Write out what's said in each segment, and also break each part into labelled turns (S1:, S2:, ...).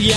S1: 屋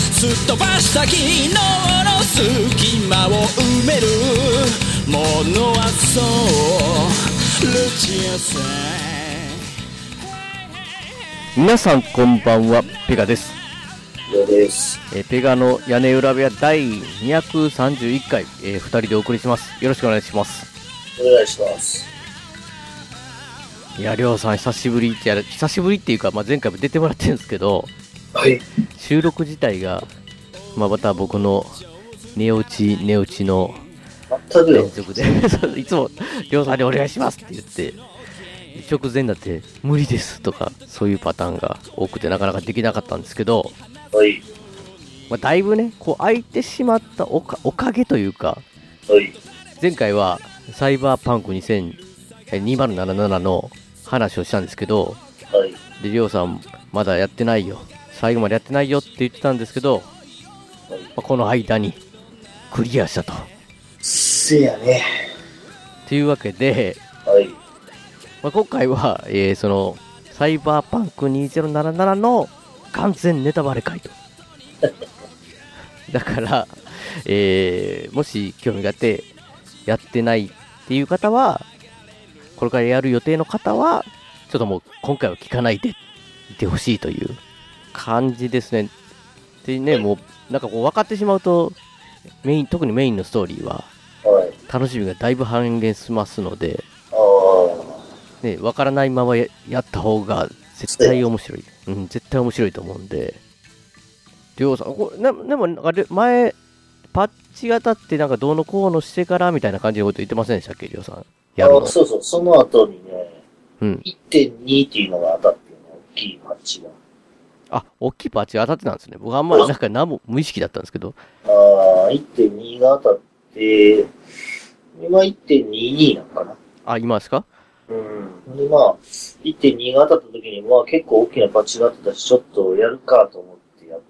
S1: すっ飛ばした昨日の隙間を埋めるものはそうルチアさん
S2: 皆さんこんばんは、ペガです。
S3: よです。
S2: えーペガの屋根裏部屋第231回、えー、二人でお送りします。よろしくお願いします。
S3: お願いします。
S2: いや、りょうさん久しぶりってやる、久しぶりっていうか、まあ、前回も出てもらってるんですけど、
S3: はい。
S2: 収録自体が、まあ、また僕の寝落ち寝落ちの
S3: 全く
S2: 連
S3: よ。
S2: 続で、 そういつもりょうさんにお願いしますって言って、直前だって無理ですとか、そういうパターンが多くてなかなかできなかったんですけど、
S3: はい。
S2: まあ、だいぶね、こう空いてしまったおかおかげというか、
S3: はい。
S2: 前回はサイバーパンク2000 2077の話をしたんですけど、
S3: はい。
S2: で、りょうさん、まだやってないよ、最後までやってないよって言ってたんですけど、
S3: はい
S2: まあこの間にクリアしたと。
S3: せやね。
S2: というわけで、
S3: はい。
S2: まあ、今回は、えーそのサイバーパンク2077の完全ネタバレ会と。だから、えーもし興味があってやってないっていう方は、これからやる予定の方は、ちょっともう今回は聞かないでいてほしいという感じですね。でね、もうなんかこう分かってしまうと、メイン、特にメインのストーリーは
S3: はい。
S2: 楽しみがだいぶ半減しますので、
S3: ああ。
S2: ね、わからないままややった方が絶対面白い。うん、絶対面白いと思うんで。りょうさん、これなでもなんかりょ前、パッチ型ってなんかどうのこうのしてからみたいな感じのこと言ってませんでしたっけ、りょうさん。やる
S3: あ
S2: の
S3: の。そうそう。その後にね、
S2: うん。
S3: 1.2っていうのが当たってね、大きいパッチが。
S2: あ、大きいパッチ当たってたんですね。僕あんまなんか何も無意識だったんですけど。
S3: ああ、1.2が当たって、今1.22なんかな。
S2: あ、今ですか
S3: うん。で、まあ、1.2が当たった時に、まあ結構大きなパッチが当たったし、ちょっとやるかと思ってやっ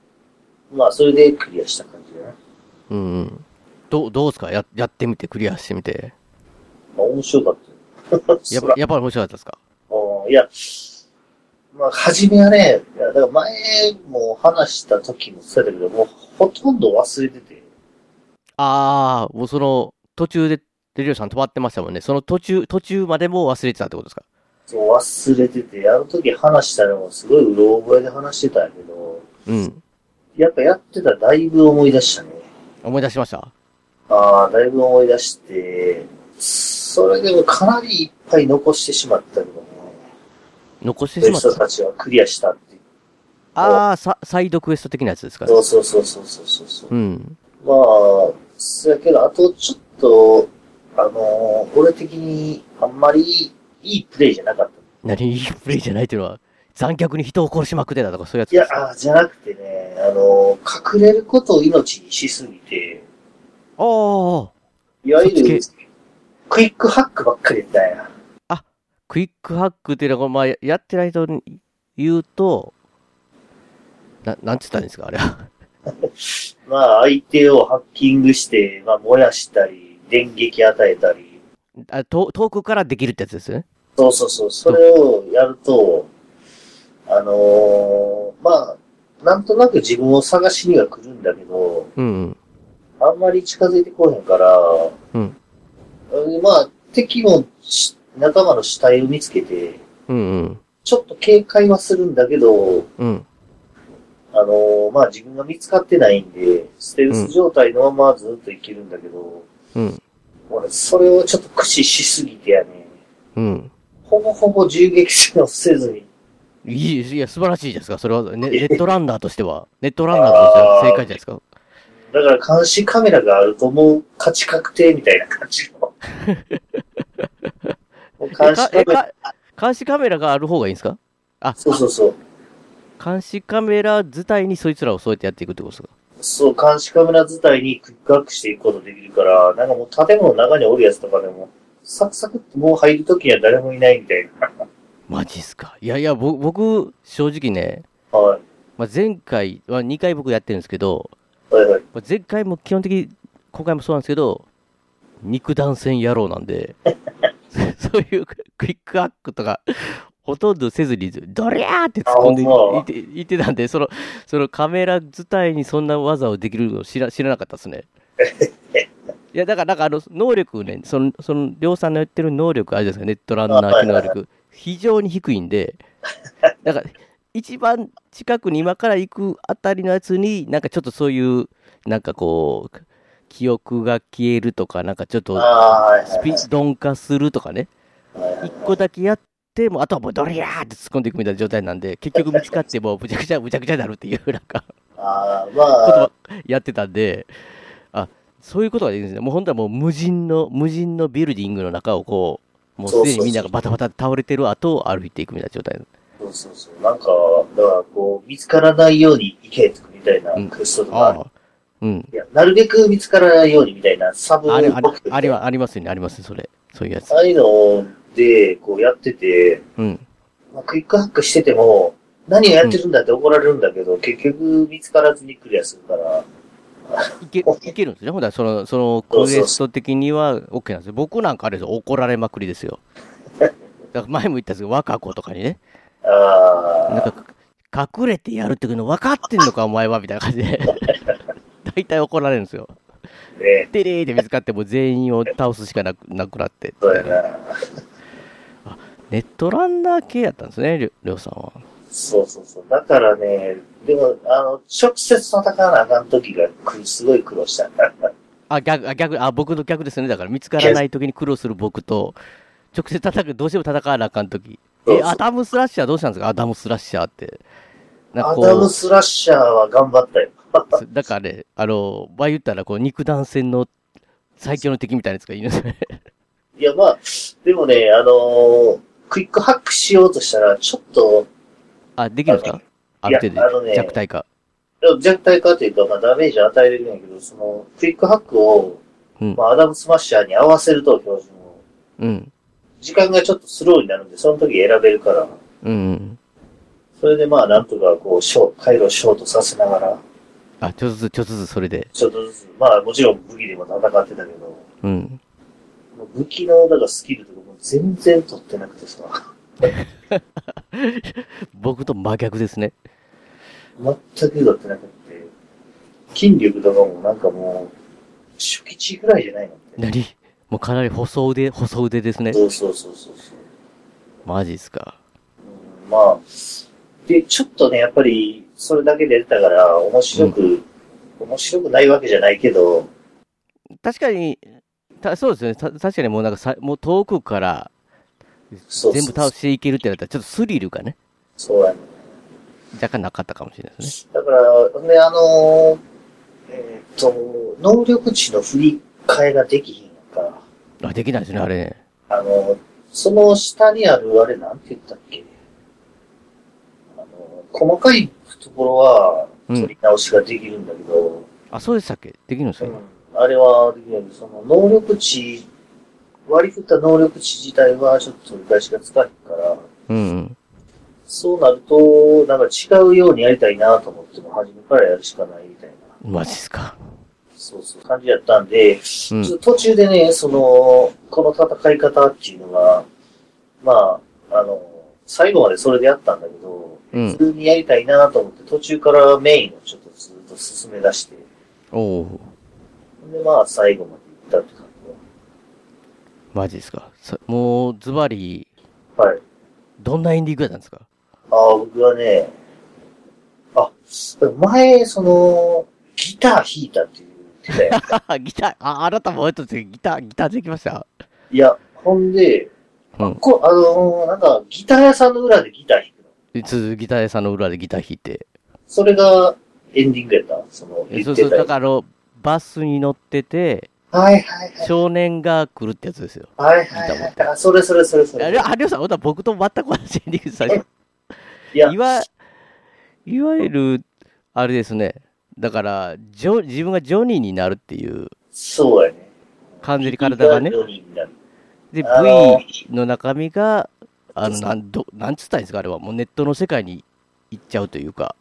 S3: まあ、それでクリアした感じだな。
S2: うんうん。どう、どうですかややってみて、クリアしてみて。
S3: まあ、面白かったよ。
S2: やっぱやっぱり面白かったですか
S3: うんいや、まあ、初めはね、いやだから前も話した時もそうやったけど、もうほとんど忘れてて、
S2: ああ、もうその、途中で、りょうさん止まってましたもんね。その途中、途中までも忘れてたってことですか
S3: そう忘れてて、あの時話したのもすごいうろ覚えで話してたんやけど、
S2: うん。
S3: やっぱやってたらだいぶ思い出したね。
S2: 思い出しました
S3: ああ、だいぶ思い出して、それでもかなりいっぱい残してしまったけどね。
S2: 残して
S3: そう
S2: し
S3: いう
S2: まっ
S3: 人
S2: た。
S3: たちはクリアしたって。
S2: ああ、さサイドクエスト的なやつですか
S3: そうそうそうそうそうそうそう。
S2: うん。
S3: まあ、そやけど、あとちょっと、あのー俺的にあんまりいいプレイじゃなかっ
S2: 何、いいプレイじゃないっていうのは、残虐に人を殺しまくってたとかそういうやつ
S3: た。い
S2: で
S3: や
S2: す、か
S3: あじゃなくてね、あのー隠れることを命にしすぎて、
S2: あー
S3: いわゆ
S2: そっ
S3: る
S2: ち、
S3: クイックハックばっかりやったんや。
S2: クイックハックっていうのは、まあ、ややってない人に言うと、な、なんつったんですかあれ は。
S3: まあ、相手をハッキングして、まあ、燃やしたり、電撃与えたり、
S2: あ遠遠くからできるってやつですよね。
S3: そうそうそう、それをやると、あのーまあ、なんとなく自分を探しには来るんだけど、
S2: うんうん。
S3: あんまり近づいてこうへんから、
S2: うん
S3: うん。まあ、敵もし仲間の死体を見つけて、
S2: うんうん。
S3: ちょっと警戒はするんだけど、
S2: うん。
S3: あのーまあ自分が見つかってないんで、ステルス状態のままずっといけるんだけど、
S2: うん。
S3: 俺、それをちょっと駆使しすぎてやね、
S2: うん。
S3: ほぼほぼ銃撃戦をせずに、
S2: いい、いや、素晴らしいですかそれは、ね、ネットランナーとしては、ネットランナーとしては正解じゃないですか
S3: だから監視カメラがあるともう勝ち確定みたいな 感じの。もう監視カ
S2: え
S3: メラ、
S2: かえか監視カメラがある方がいいんですか
S3: そうそうそう。
S2: 監視カメラ自体にそいつらをそうやってやっていくってことですか
S3: そう、監視カメラ自体にクックアップしていくことできるから、なんかもう建物の中におるやつとかでも、サクサクってもう入るときには誰もいないみたい
S2: マジっすか。いやいや、ぼ僕、正直ね、
S3: な。はい。
S2: まあ、前回は2回僕やってるんですけど、
S3: はいはい。
S2: まあ前回も基本的に、今回もそうなんですけど、肉弾戦野郎なんで、 そういうククイックアップとか、ほとんどせずに、ドリャーって突っ込んで
S3: あほんま
S2: いっていってたんで、その、そのカメラ自体にそんな技をできるの知ら知らなかったですね。いや、だから、なんかあの、能力ね、その、その、りょうさんの言ってる能力、あれですか、ネットランナー機能力、非常に低いんで、だから、一番近くに今から行くあたりのやつに、なんかちょっとそういう、なんかこう、記憶が消えるとか、なんかちょっと
S3: あ、あ、はい
S2: スピ、鈍化するとかね、
S3: はいはい。
S2: 一個だけやっても、あとはもうドリャーって突っ込んでいくみたいな状態なんで、結局見つかっても、むちゃくちゃ、むちゃくちゃになるっていう、なん か、
S3: ああ、
S2: こと
S3: まあ、
S2: ばやってたんで、あ、そういうことができるんですね。もう本当はもう無人の、無人のビルディングの中をこう、もうすでにみんながバタバタで倒れてる後を歩いていくみたいな状態
S3: そうそうそう。なんか、だからこう、見つからないように行けとかみたいな
S2: うん
S3: クエストとかある、
S2: ああ。うん。
S3: いや、なるべく見つからないようにみたいなサブ
S2: あれ、あれ
S3: 目標、
S2: あれはありますよね、ありますね、それ。そういうやつ
S3: あ。あいうので、こうやってて、
S2: うん。
S3: まあ、クイックハックしてても、何をやってるんだって怒られるんだけど、結局見つからずにクリアするから、
S2: いけ、いけるんですね。ほんだらその、その、ク
S3: そうそうそう
S2: エスト的には OK なんですよ。僕なんかあれですよ、怒られまくりです よ。だから前も言ったんですけど、若子とかにね、
S3: あ
S2: なんか、隠れてやるっていうの分かってんのか、お前は、みたいな感じ で。大体怒られるんですよ。
S3: あ、ね、
S2: てれーで見つかっても全員を倒すしかなくなくなって。
S3: そうやな。
S2: ネットランナー系やったんですね、りょりょうさんは。
S3: そうそうそう。だからね、でも、あの、直接戦わなあかん時がくる、すごい苦労した。
S2: あ、逆、あ、逆、あ、僕の逆ですね。だから見つからない時に苦労する僕と、直接叩く、どうしても戦わなあかん時。
S3: そう
S2: え、
S3: そう
S2: アダムスラッシャーどうしたんですかアダムスラッシャーって。なんか
S3: ア
S2: こ
S3: ダム
S2: う、
S3: スラッシャーは頑張ったよ。
S2: だからね、あの、場合言ったら、こう、肉弾戦の最強の敵みたいなやつがいるんですね。
S3: いや、まあ、でもね、あのークイックハックしようとしたら、ちょっと、
S2: あ、できるんですかあ
S3: あ
S2: る
S3: の
S2: 程
S3: いやあの
S2: 度
S3: ね
S2: 弱体化。
S3: 弱体化というか、まあ、ダメージ与えれるんやけど、その、クイックハックを、
S2: うん
S3: まあ、アダムスマッシャーに合わせると、標準を。
S2: うん。
S3: 時間がちょっとスローになるんで、その時選べるから、
S2: うんうん。
S3: それでまあ、なんとかこう、ショー、回路をショートさせながら、
S2: あ、ちょっとずつ、ちょっとずつそれで。
S3: ちょっとずつ、まあ、もちろん武器でも戦ってたけど、
S2: うん。
S3: もう武器の、だからスキルとかも全然取ってなくてさ、
S2: 僕と真逆ですね。
S3: 全く取ってなくて、筋力とかもなんかもう、初期値ぐらいじゃないのって。
S2: 何もうかなり細腕、細腕ですね。
S3: そうそうそうそうそう。
S2: マジっすか。
S3: うんまあ、で、ちょっとね、やっぱり、それだけで出たから、面白く、面白くないわけじゃないけど、
S2: 確かに、たそうですね。た確かにもうなんかさ、もう遠くから
S3: そうそう
S2: 全部倒していけるってなったら、ちょっとスリルがね、
S3: そうやね。
S2: 若干なかったかもしれないです
S3: だから、ね、あのーえーっと、能力値の振り替えができひんやんか。
S2: ね。あ、できないですね、あれね。
S3: あのーその下にある、あれなんて言ったっけ。あのー細かいところは、
S2: うん
S3: 取り直しができるんだけど、
S2: あ、そうでしたっけできるんです
S3: う
S2: よ。
S3: んあれはできないけど、その能力値、割り振った能力値自体はちょっと取り返しがつかへんから、
S2: うんうん。
S3: そうなると、なんか違うようにやりたいなと思っても、初めからやるしかないみたいな。
S2: マジっすか。
S3: そうそう、感じやったんで、
S2: うん
S3: ちょっと途中でね、その、この戦い方っていうのが、まあ、あの、最後までそれでやったんだけど、
S2: うん
S3: 普。通にやりたいなと思って、途中からメインをちょっとずっと進め出して、
S2: おお
S3: で、まあ、最後まで行ったって感
S2: マジっすか。さもう、ズバリ、
S3: じだ。はい。
S2: どんなエンディングやったんですか
S3: ああ、僕はね、あ、前、その、ギター弾いたって言 ってた よ。
S2: ギター、あ、あなたもやったんですけどギター、ギターできました
S3: いや、ほんで、
S2: うん。
S3: こあのーなんか、ギター屋さんの裏でギター弾くの。
S2: いつギター屋さんの裏でギター弾いて。
S3: それがエンディングやったその、
S2: え
S3: 言
S2: そう
S3: っ
S2: そ
S3: て
S2: う、
S3: た
S2: だ
S3: やつ
S2: からあの、バスに乗ってて、
S3: はいはいはい。
S2: 少年が来るってやつですよ。
S3: はいはい
S2: ギター持っ
S3: はい。あ、それそれそれそ
S2: あ
S3: れ。
S2: れ、ありょうさん、ほんとは僕と全く同じエンディングです最初
S3: いや
S2: い、わ、いわゆる、あれですね、だから、ジョ自分がジョニーになるっていう、
S3: そうやね。
S2: 完全に体がね
S3: ピ。ータージョニーになる
S2: で、V
S3: あの
S2: の中身が、あの、なん、ど、なんつったらいいんですか、あれは。もうネットの世界に行っちゃうというか。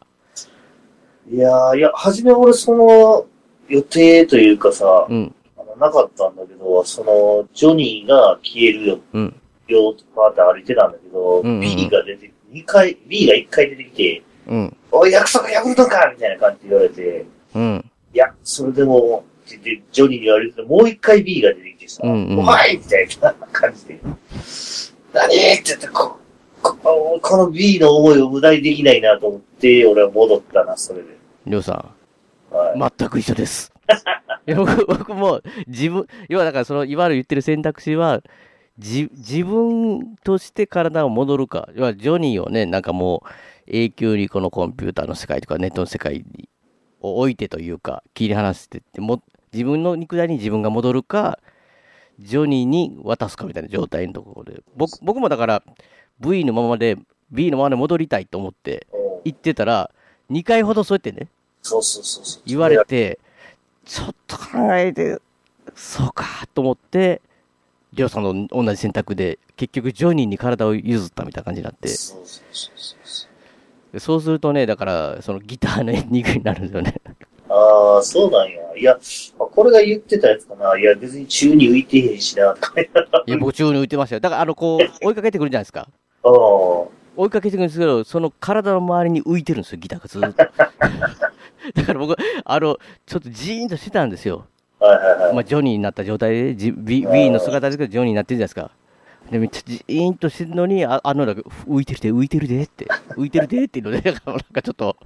S3: いやー、いや、初め俺その予定というかさ、
S2: うん、
S3: あのなかったんだけど、その、ジョニーが消えるよ、
S2: うん、
S3: よとかって歩いてたんだけど、
S2: うんうんうん
S3: B が出て、二回、B が一回出てきて、
S2: うん、
S3: おい、約束破るのかみたいな感じで言われて、
S2: うん、
S3: いや、それでも、って言ってジョニーに言われて、もう一回 B が出てきてさ、
S2: うんうん
S3: はいみたいな感じで。何って言ってこ、こ、この B の思いを無駄にできないなと思って、俺は戻ったな、それで。
S2: りょうさ
S3: はい。
S2: ん、全く一緒です。 いや僕、僕も、自分、要はだから、その、いわゆる言ってる選択肢は、じ、自分として体を戻るか。要は、ジョニーをね、なんかもう、永久にこのコンピューターの世界とか、ネットの世界に、を置いてというか、切り離してって、も、自分の肉体に自分が戻るか、ジョニーに渡すかみたいな状態のところで、僕、僕もだから、V のままで、B のままで戻りたいと思って、
S3: うん
S2: 行ってたら、2回ほどそうやってね、
S3: そうそうそうそう。
S2: 言われて、ちょっと考えて、そうかと思って、りょうさんの同じ選択で、結局ジョニーに体を譲ったみたいな感じになって、
S3: そうそうそうそう
S2: でそうするとね、だから、そのギターのエンディングになるんですよね。
S3: ああ、そうなんや。いや、あこれが言ってたやつかな。いや、別に宙に浮いてへんしな、とか 言ったら。
S2: いや、夢中に浮いてましたよ。だから、あの、こう、追いかけてくるじゃないですか。
S3: あー
S2: 追いかけてくるんですけど、その体の周りに浮いてるんですよ、ギターがずーっと。だから僕、あの、ちょっとジーンとしてたんですよ。
S3: はいはいはい。
S2: まあ、ジョニーになった状態で、じ B, B の姿ですけど、ジョニーになってるじゃないですか。で、めっちゃジーンとしてるのに、ああの、なんか浮いてるで、浮いてるでって、浮いてるでっていうので、なんかなんかちょっと、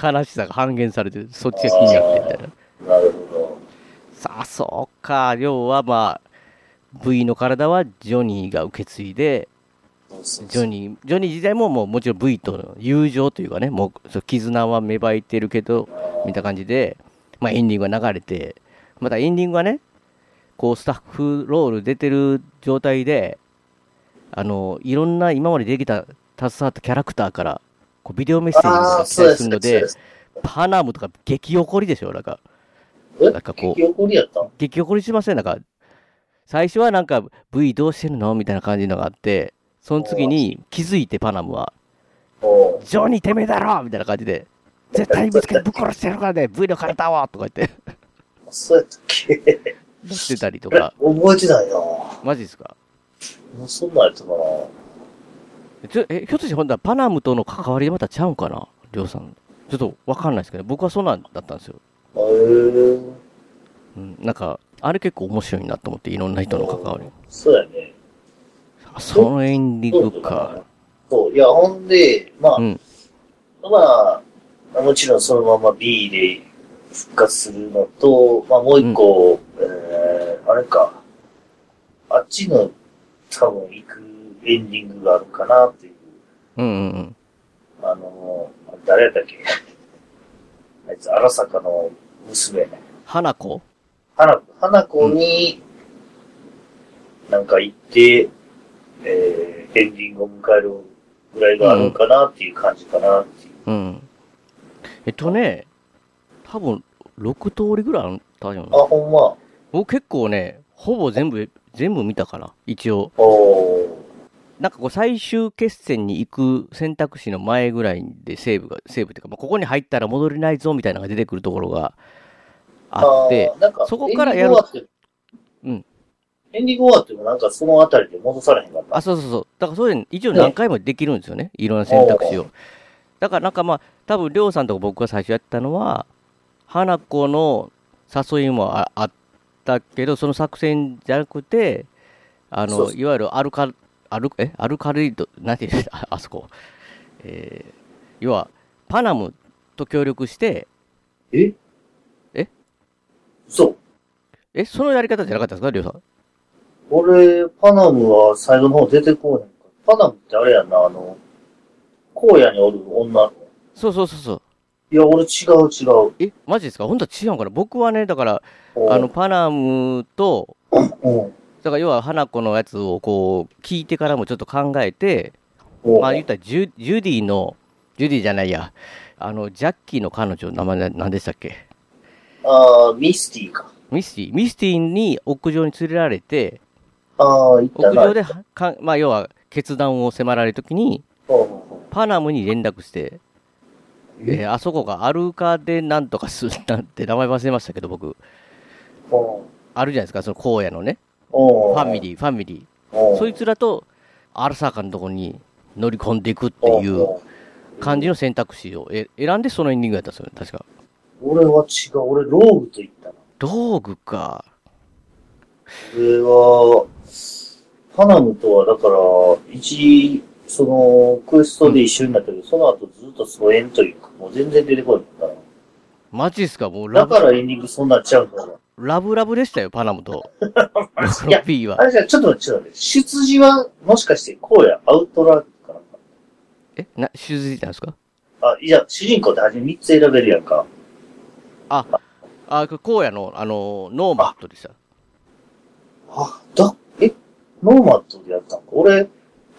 S2: 悲しさが半減されて、そっちが気になってみたいな。
S3: なるほ
S2: さあ、そうか、要はまあ、V の体はジョニーが受け継いで、
S3: ど。そう
S2: ジョ
S3: ニ
S2: ニー、ジョニー自体ももうもちろん V との友情というかね、もうそう絆は芽生えてるけど、みたいな感じで、まあエンディングが流れて、またエンディングはね、こうスタッフロール出てる状態で、あの、いろんな今までできた携わったキャラクターから、こうビデオメッセージ
S3: あ
S2: が
S3: あ、
S2: 来た
S3: そう
S2: り
S3: ですす
S2: るの
S3: ね。そう
S2: で
S3: で、す
S2: パナムとか激怒りでしょ、なんか。
S3: え
S2: なんかこう
S3: 激怒りやったん
S2: 激怒りしませんなんか、最初はなんか V どうしてるのみたいな感じのがあって、その次に気づいてパナムは、
S3: おう
S2: ジョニーてめえだろみたいな感じで、絶対にぶつけてぶっ殺してやるからね、V の体をとか言って、
S3: そうやったっ け
S2: 出してたりとか、
S3: 覚えてないな
S2: マジですか
S3: もうそんなんやったかな
S2: ちょえひょっとしてほんとはパナムとの関わりでまたちゃうんかな、りょうさん。ちょっとわかんないですけど、僕はそんなんだったんですよ。
S3: へー
S2: うん、なんか、あれ結構面白いなと思って、いろんな人の関わり。
S3: そうやね。
S2: あそのエンディングか。
S3: そう、いや、ほんで、まあ、
S2: うん
S3: まあ、もちろんそのまま B で復活するのと、まあもう一個、えー、あれか、あっちの多分行くエンディングがあるかなっていう、
S2: うんうんうん。
S3: あのー、誰やったっけ あいつ、荒坂の娘。
S2: 花子
S3: 花子、花子に、なんか行って、えー、エンディングを迎えるぐらいがあるかなっていう感じかなっていう。
S2: うん。えっとね、多分、6通りぐらいあったよね
S3: あ、。ほんま。
S2: 僕結構ね、ほぼ全部、全部見たかな、一応。
S3: おー。
S2: なんかこう最終決戦に行く選択肢の前ぐらいでセーブが、セーブっていうか、まあ、ここに入ったら戻れないぞみたいなのが出てくるところがあって
S3: ー、なんか
S2: そこからやる
S3: エンデ
S2: うん。
S3: ィング終わってエンディング終わってもなんかそのあたりで戻されへんかった。
S2: あ、そうそうそう。だからそういうの一応何回もできるんですよね。いろんな選択肢を。だからなんかまあ、多分、りょうさんとか僕が最初やったのは、花子の誘いもああったけど、その作戦じゃなくて、あ
S3: そ
S2: の、
S3: うそう
S2: いわゆるアルカ、アル、えアルカルイド、なんていうんですか、 ああそこ。えー要は、パナムと協力して、
S3: え
S2: え
S3: そう。
S2: え、そのやり方じゃなかったですか、りょうさん。
S3: 俺、パナムは最後の方出てこうへんか。パナムってあれやんな、あの、荒野におる女の子。
S2: そうそうそうそう。
S3: いや、俺違う違う。
S2: え、マジですか本当は違うのかな僕はね、だから、
S3: おー
S2: あの、、パナムと、
S3: うん。
S2: だから要は花子のやつをこう聞いてからもちょっと考えて、
S3: おー
S2: まあ言ったらジュジュディの、ジュディじゃないや、あの、ジャッキーの彼女、名前な何でしたっけ
S3: ああ、ミスティか。
S2: ミスティ、ミスティに屋上に連れられて、
S3: ああ、行った
S2: 屋
S3: な。
S2: 上では、かまあ、要は決断を迫られるときに、
S3: ほうほうほ
S2: パナムに連絡して、えーあそこがアルカでなんとかするなんて名前忘れましたけど、僕。
S3: うほう
S2: あるじゃないですか、その荒野のね。
S3: ほ
S2: フ
S3: う
S2: ァミリー、ファミリ
S3: ほ
S2: ー。
S3: う
S2: そいつらと、アルサーカのとこに乗り込んでいくっていう
S3: ほ
S2: 感じの選択肢をえ選んでそのエンディングやったんですよね、確か。
S3: う俺は違う。俺、ローグと行ったな。
S2: 道具か。
S3: 俺は、パナムとは、だから、一、その、クエストで一緒になったけど、その後ずっと疎遠というか、もう全然出てこなかったな。
S2: マジっすか、もうラ
S3: だ
S2: ブ
S3: からエンディングそんなんちゃうんだろ
S2: ラブラブでしたよ、パナムと。ロ
S3: いや
S2: ッピー
S3: あ
S2: は。
S3: れじゃ、ちょっと待って、ちょっと待って。出自は、もしかして、荒野アウトラかなんか。
S2: え、な、手術したんですか
S3: あ、いや、主人公って初め3つ選べるやんか。
S2: あ、あ、こ荒野の、あの、ノーマットでした。
S3: あ、だ、え、ノーマットでやったんか。俺、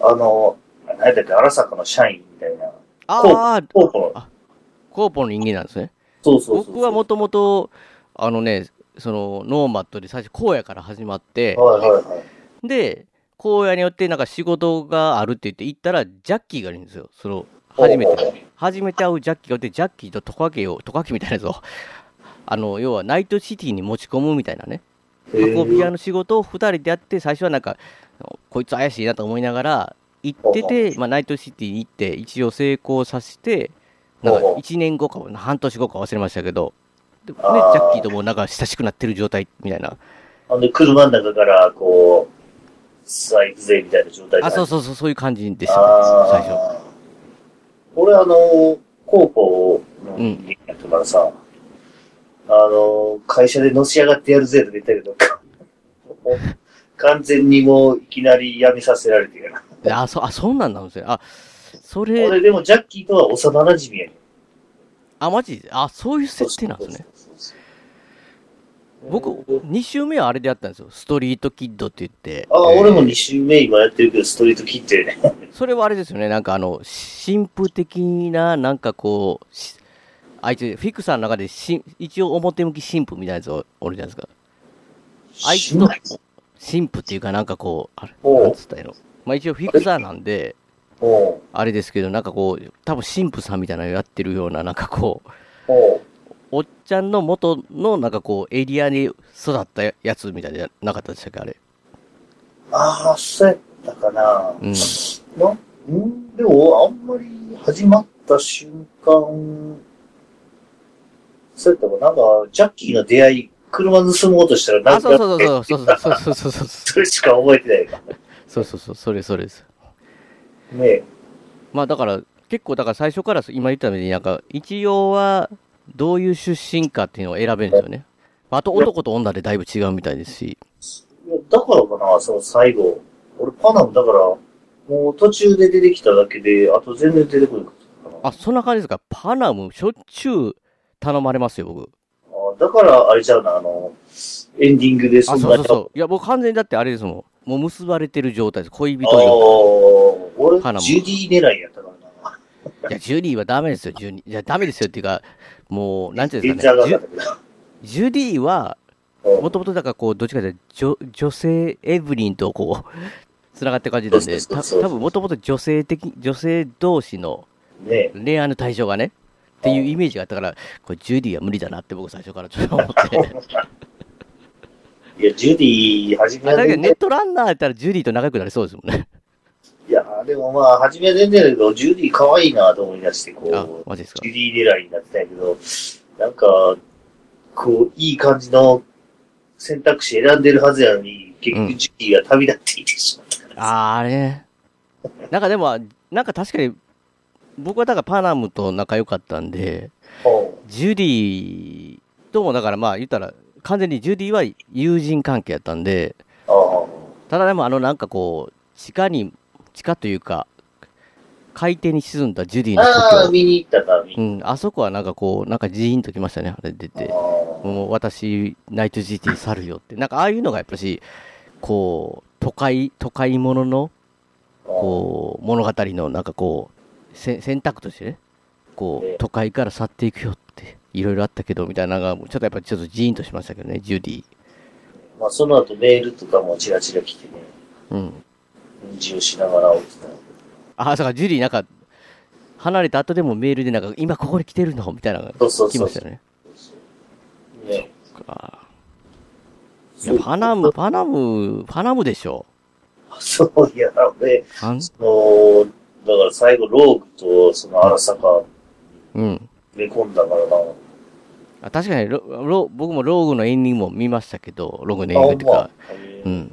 S3: あの、何やったっけ、荒坂の社員みたいな。
S2: ああ、
S3: コーポ
S2: あコーポの人間なんですね。
S3: そうそうそうそう。
S2: 僕はもともと、あのね、その、ノーマットで最初、荒野から始まって、
S3: はいはいはい。
S2: で、荒野によってなんか仕事があるって言って行ったら、ジャッキーがいるんですよ。その、初めて。
S3: て。
S2: 初めて会うジャッキーがいて、ジャッキーとトカゲを、トカゲみたいなやつを、 あの、要はナイトシティに持ち込むみたいなね。運び屋の仕事を2人でやって、最初はなんか、こいつ怪しいなと思いながら、行ってて、まあ、ナイトシティに行って、一応成功させて、なんか
S3: おう
S2: 1年後か、半年後か忘れましたけど、でね、ジ
S3: あー
S2: ャッキーともなんか親しくなってる状態みたいな。
S3: ほんで、車の中から、こう、さあ行くぜみたいな状態
S2: あ、そう
S3: そ
S2: そうそう、そういう感じで
S3: う
S2: した、最初。
S3: 俺、あの、高校の人間やったからさ、あの、会社でのし上がってやるぜとか言ったけど、もう完全にもういきなり辞めさせられてやな。
S2: あ、そう、あ、そうなんなんですね。あ、それ、
S3: 俺、でもジャッキーとは幼馴染やねん。
S2: あ、マジで、あ、そういう設定なんですね。
S3: そうそうそう。
S2: 僕、2周目はあれでやったんですよ。ストリートキッドって言って。
S3: あ、
S2: えー
S3: 俺も2周目今やってるけど、ストリート切ってるね。
S2: それはあれですよね、なんかあの、神父的な、なんかこう、しあいつ、フィクサーの中でし、一応表向き神父みたいなやつおおるじゃないですか。あいつの神父っていうか、なんかこう、あれ、
S3: おう
S2: なんつったんやろ。まあ一応フィクサーなんで、
S3: おう
S2: あれですけど、なんかこう、多分神父さんみたいなのやってるような、なんかこう、
S3: おう
S2: おっちゃんの元の、なんかこう、エリアに育ったやつみたいな、なかったでしたっけ、あれ。
S3: ああ、そうやったかな。
S2: うん。
S3: な、んでも、あんまり始まった瞬間、そうやったかな、なんか、ジャッキーの出会い、車盗もうとしたら、な
S2: あ、
S3: んか
S2: そうそうそうそうそうそうそうそうそう。
S3: それしか覚えてないか
S2: そうそうそう、それそれです。
S3: ら。ねえ。
S2: まあだから、結構だから最初から今言ったように、なんか一応はどういう出身かっていうのを選べるんですよね。まああと男と女でだいぶ違うみたいですし。
S3: いやだからかな、その最後。俺、パナムだから、もう途中で出てきただけで、あと全然出てこなかったかな。
S2: あ、そんな感じですか。パナム、しょっちゅう頼まれますよ、僕。
S3: あだから、あれちゃうな、あの、エンディングでそ
S2: あ、
S3: ん
S2: そう
S3: な
S2: そうそう。いや、僕完全にだってあれですもん。もう結ばれてる状態です。恋人
S3: ああ
S2: 状
S3: ー、俺
S2: パナ、ム
S3: ジュディ狙いやったからな。
S2: 態。いや、ジュディはダメですよ、ジュディ。いや、ダメですよっていうか、もう、なんていうん
S3: 全
S2: ですか
S3: 然
S2: ね
S3: 上。
S2: ジ
S3: が
S2: ュ
S3: らなかったけど。
S2: ジュディは、
S3: うん
S2: もともとだからこう、どっちかというと、女女性エブリンとこう、 つながってる感じなんで、
S3: そうそう
S2: た
S3: そうそう
S2: 多分もともと女性的、女性同士の
S3: ねえ。
S2: 恋愛の対象がね、っていうイメージがあったから、これジュディは無理だなって僕最初からちょっと思っ て。
S3: いや、ジュディ、はじめ
S2: あ
S3: は
S2: だけど
S3: 全
S2: ネ
S3: 然
S2: ッ、トランナーやったらジュディと仲良くなりそうですもんね。
S3: いや、でもまあ、はじめは全然だけど、ジュディ可愛いなと思い出して、
S2: あ
S3: こ、
S2: マジですか
S3: う、ジ。ュディ狙いになってたんやけど、なんか、こう、いい感じの選択肢選んでるはずやのに、結
S2: う
S3: 局
S2: ん
S3: ジュディが旅立っていってしまったからさ。
S2: あーあれね。なんかでも、なんか確かに、僕はだからパナムと仲良かったんで、
S3: うん
S2: ジュディともだからまあ言ったら、完全にジュディは友人関係やったんで、
S3: ああ
S2: ただでもあのなんかこう、地下に、地下というか、海底に沈んだジュディの
S3: ああ、
S2: 故郷。
S3: 見に行ったか、見
S2: う
S3: に
S2: ん、あそこはなんかこう、なんかジーンときましたね、あれ出。
S3: 行って
S2: もう私、ナイト GT 去るよって。なんかああいうのがやっぱし、こう、都会、都会ものの、
S3: た。
S2: こう、物語のなんかこう、せ選択としてね、こう、都会から去っていくよって、いろいろあったけど、みたいなのが、ちょっとやっぱりちょっとジーンとしましたけどね、ジュディ。
S3: まあ、その後メールとかもチラチラ来てね、
S2: うん。
S3: 返事をしながら起きた。
S2: あ、そうか、ジュディなんか、離れた後でもメールでなんか、今ここに来てるのみたいなのが
S3: そうそう
S2: 来
S3: そ
S2: ま
S3: う
S2: したよね。
S3: ね。
S2: あーいやパナム、パナム、パナムでしょ。
S3: そういや、俺、
S2: あん
S3: その、だから最後、ローグとその荒坂
S2: うん。
S3: 埋め込んだからな。
S2: あ確かにロロ、僕もローグのエンディングも見ましたけど、ローグのエン
S3: あ、
S2: ディ
S3: ほ
S2: ングと
S3: んま
S2: か。。うん。い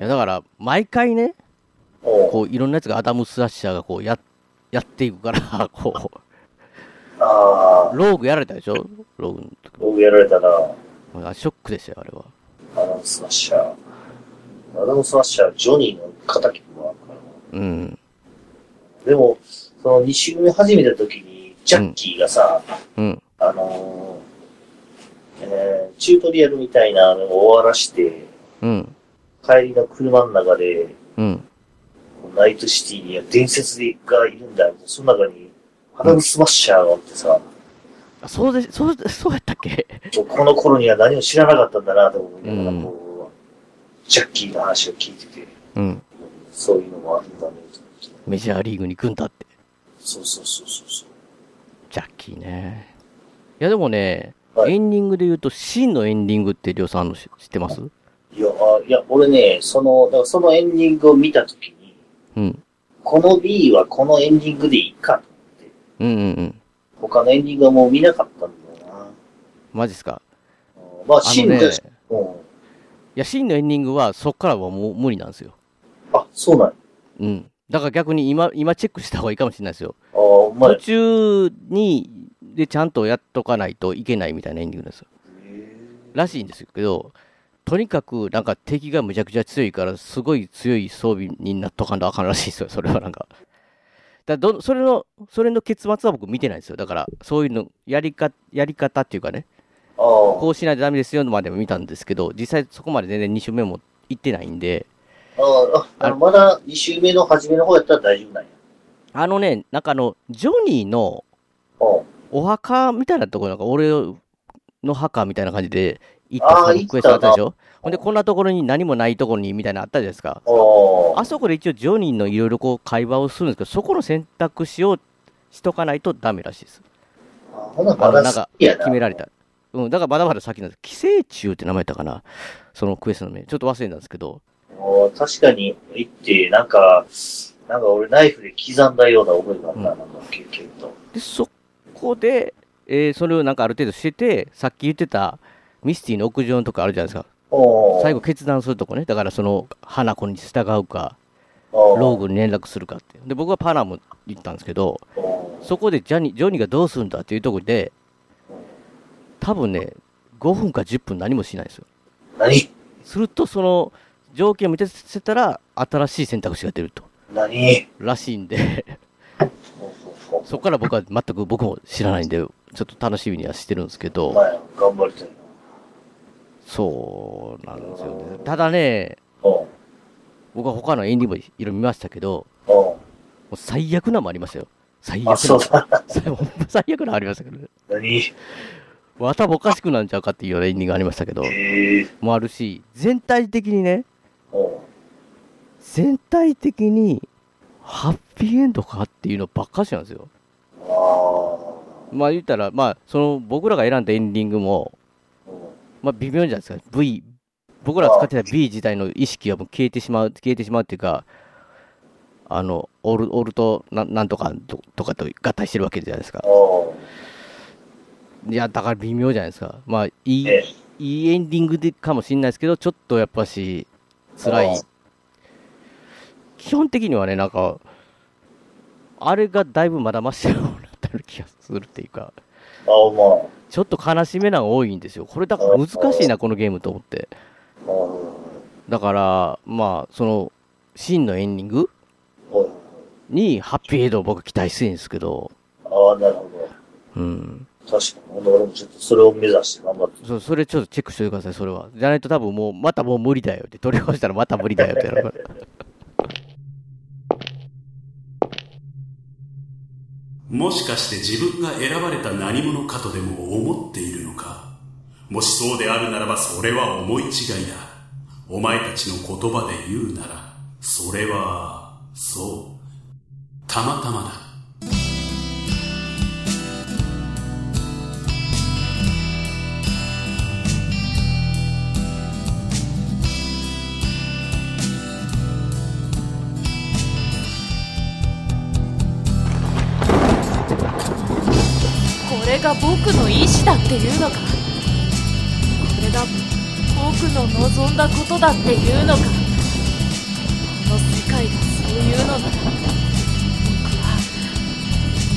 S2: や、だから、毎回ね、
S3: おう
S2: こう、いろんなやつがアダム・スラッシャーがこう、や、やっていくから、 こ
S3: あ
S2: う、
S3: あ、
S2: ローグやられたでしょローグの時
S3: ローグやられたな。
S2: あショックでしたよ、あれは。
S3: アダムスマッシャー。アダムスマッシャー、ジョニーの敵もあるから
S2: う
S3: な。
S2: ん。
S3: でも、その2周目始めた時に、ジャッキーがさ、
S2: うん。
S3: あのーえーチュートリアルみたいなのを終わらして、
S2: うん。
S3: 帰りの車の中で、
S2: うん。
S3: ナイトシティには伝説がいるんだよ。その中に、アダムスマッシャーがおってさ、
S2: あそうで、そう、そうやったっけ
S3: この頃には何も知らなかったんだなと思いなが
S2: う
S3: ら、
S2: ん
S3: こう、ジャッキーの話を聞いてて、
S2: うん。
S3: そういうのもあるんだねと思って。
S2: メジャーリーグに組んだって。
S3: そうそうそうそうそう。
S2: ジャッキーね。いや、でもね、
S3: はい
S2: エンディングで言うと、真のエンディングって、りょうさんあんの知知ってます
S3: いや、あいや、俺ね、その、だからそのエンディングを見たときに、
S2: うん。
S3: この B はこのエンディングでいいかと思って、
S2: うんうんうん。
S3: 他のエンディングはもう見なかったんだよな。
S2: マジっすか。
S3: うんまあ、
S2: あ
S3: シ
S2: の
S3: ン
S2: ね、
S3: が、
S2: い
S3: うん。
S2: や、真のエンディングは、そっからはもう無理なんですよ。
S3: あ、そうなんや
S2: うん。だから逆に今、今チェックした方がいいかもしれないですよ。
S3: あ、お前
S2: 途。中に、で、ちゃんとやっとかないといけないみたいなエンディングなんですよ。らしいんですけど、とにかく、なんか敵がむちゃくちゃ強いから、すごい強い装備になっとかんとあかんらしいですよ、それはなんか。だどそれの、それの結末は僕見てないんですよ。だから、そういうの、やりか、やり方っていうかね、
S3: ああ
S2: こうしないとダメですよまでも見たんですけど、実際そこまで全然2周目も行ってないんで、
S3: ああ、あのまだ2周目の初めの方やったら大丈夫なんや。
S2: あのね、なんかあの、ジョニーの、
S3: うん
S2: お墓みたいなところなんか俺の墓みたいな感じで行っ
S3: あ
S2: た
S3: ー
S2: サブクエストあったでしょほんでこんなところに何もないところにみたいなのあったじゃないですか
S3: あ
S2: あそこで一応ジョニーのいろいろこう会話をするんですけどそこの選択肢をしとかないとダメらしいです
S3: あ、ほな、
S2: あ
S3: ま
S2: のなん
S3: だ好
S2: か
S3: きやな。
S2: 決められたうんだからまだまだ先なんです寄生虫って名前だったかなそのクエストの名ちょっと忘れたんですけど
S3: お確かに行って、なんか、なんか俺ナイフで刻んだような覚えがあったな、なんか経験と。
S2: でそこで、えーそれをなんかある程度しててさっき言ってたミスティの屋上のとこあるじゃないですか
S3: お
S2: 最後決断するとこねだからその花子に従うかロー
S3: ロ
S2: グに連絡するかってで僕はパナム行ったんですけど
S3: ーグ
S2: そこでジャニジョニーがどうするんだっていうところで多分ね5分か10分何もしないんですよ
S3: 何
S2: するとその条件を満たせたら新しい選択肢が出ると
S3: 何
S2: らしいんで
S3: ほうほうほ
S2: そこから僕は全く僕も知らないんでちょっと楽しみにはしてるんですけ
S3: うお
S2: ど
S3: 前頑張りたいな。
S2: そうなんですよねただね
S3: お
S2: 僕は他のエンディングもいろいろ見ましたけど
S3: お
S2: もう最悪なのもありましたよ最悪な
S3: あ、そうだ。
S2: 最後 最悪なのありましたけどね
S3: 何
S2: 頭おかしくなんちゃうかっていうようなエンディングがありましたけど、
S3: ええ
S2: もあるし、全体的にね、
S3: お
S2: 全体的に、ハッピーエンドかっていうのばっかしなんですよ。
S3: ああ
S2: まあ言ったら、まあ、その僕らが選んだエンディングも、まあ微妙じゃないですか。V、僕らが使ってた B 自体の意識はもう消えてしまう、消えてしまうっていうか、あの、オル、オルと、なんなんとかととかと合体してるわけじゃないですか。
S3: おう
S2: いや、だから微妙じゃないですか。まあ、いい、
S3: え
S2: いいエンディングでかもしれないですけど、ちょっとやっぱし、辛
S3: あ
S2: い
S3: ー。
S2: 基本的にはね、なんか、あれがだいぶまだマシな方になったような気がするっていうか、
S3: あ、お
S2: ちょっと悲しめなの多いんですよ。これだから難しいな、このゲームと思って。
S3: 前。お
S2: だから、まあ、その、真のエンディング
S3: お
S2: にハッピーエイドを僕は期待してるんですけど、
S3: ああ、なるほど。
S2: うん。
S3: 確かに。ほんで俺もちょっとそれを目指して頑張って。
S2: そうそれちょっとチェックしておいてください、それは。じゃないと多分もう、またもう無理だよって、取り直したらまた無理だよってやるから。
S4: もしかして自分が選ばれた何者かとでも思っているのかもしそうであるならばそれは思い違いだ。お前たちの言葉で言うなら、それは、そう、たまたまだ。
S5: これが僕の意志だっていうのかこれが僕の望んだことだっていうのかこの世界がそういうのなら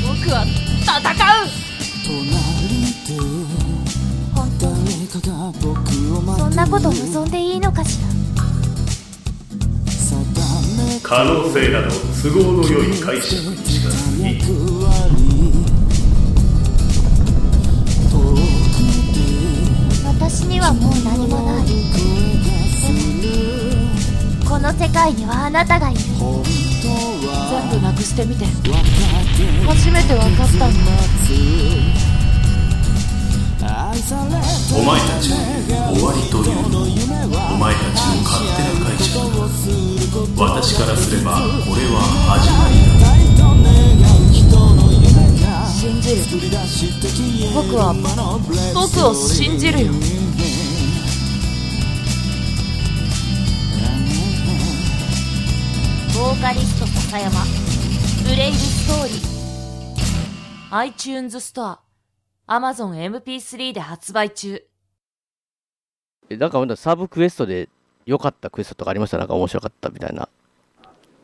S5: 僕は僕は戦う
S6: 本当にそんなこと望んでいいのかし
S4: 可能性など都合の良い解釈にしか過ぎん
S6: ら私にはもう何もないでもこの世界にはあなたがいる
S5: 全部なくしてみて初めて分かったんだ
S4: お前たちの終わりというのはお前たちの勝手な解釈だ私からすればこれは始まりだ
S5: 信じる僕は僕を信じるよ
S6: ボーカリスト笹山ブレイブストーリー
S5: iTunes ストア Amazon MP3 で発売中
S2: えなんかほんとサブクエストで良かったクエストとかありましたなんか面白かったみたいな。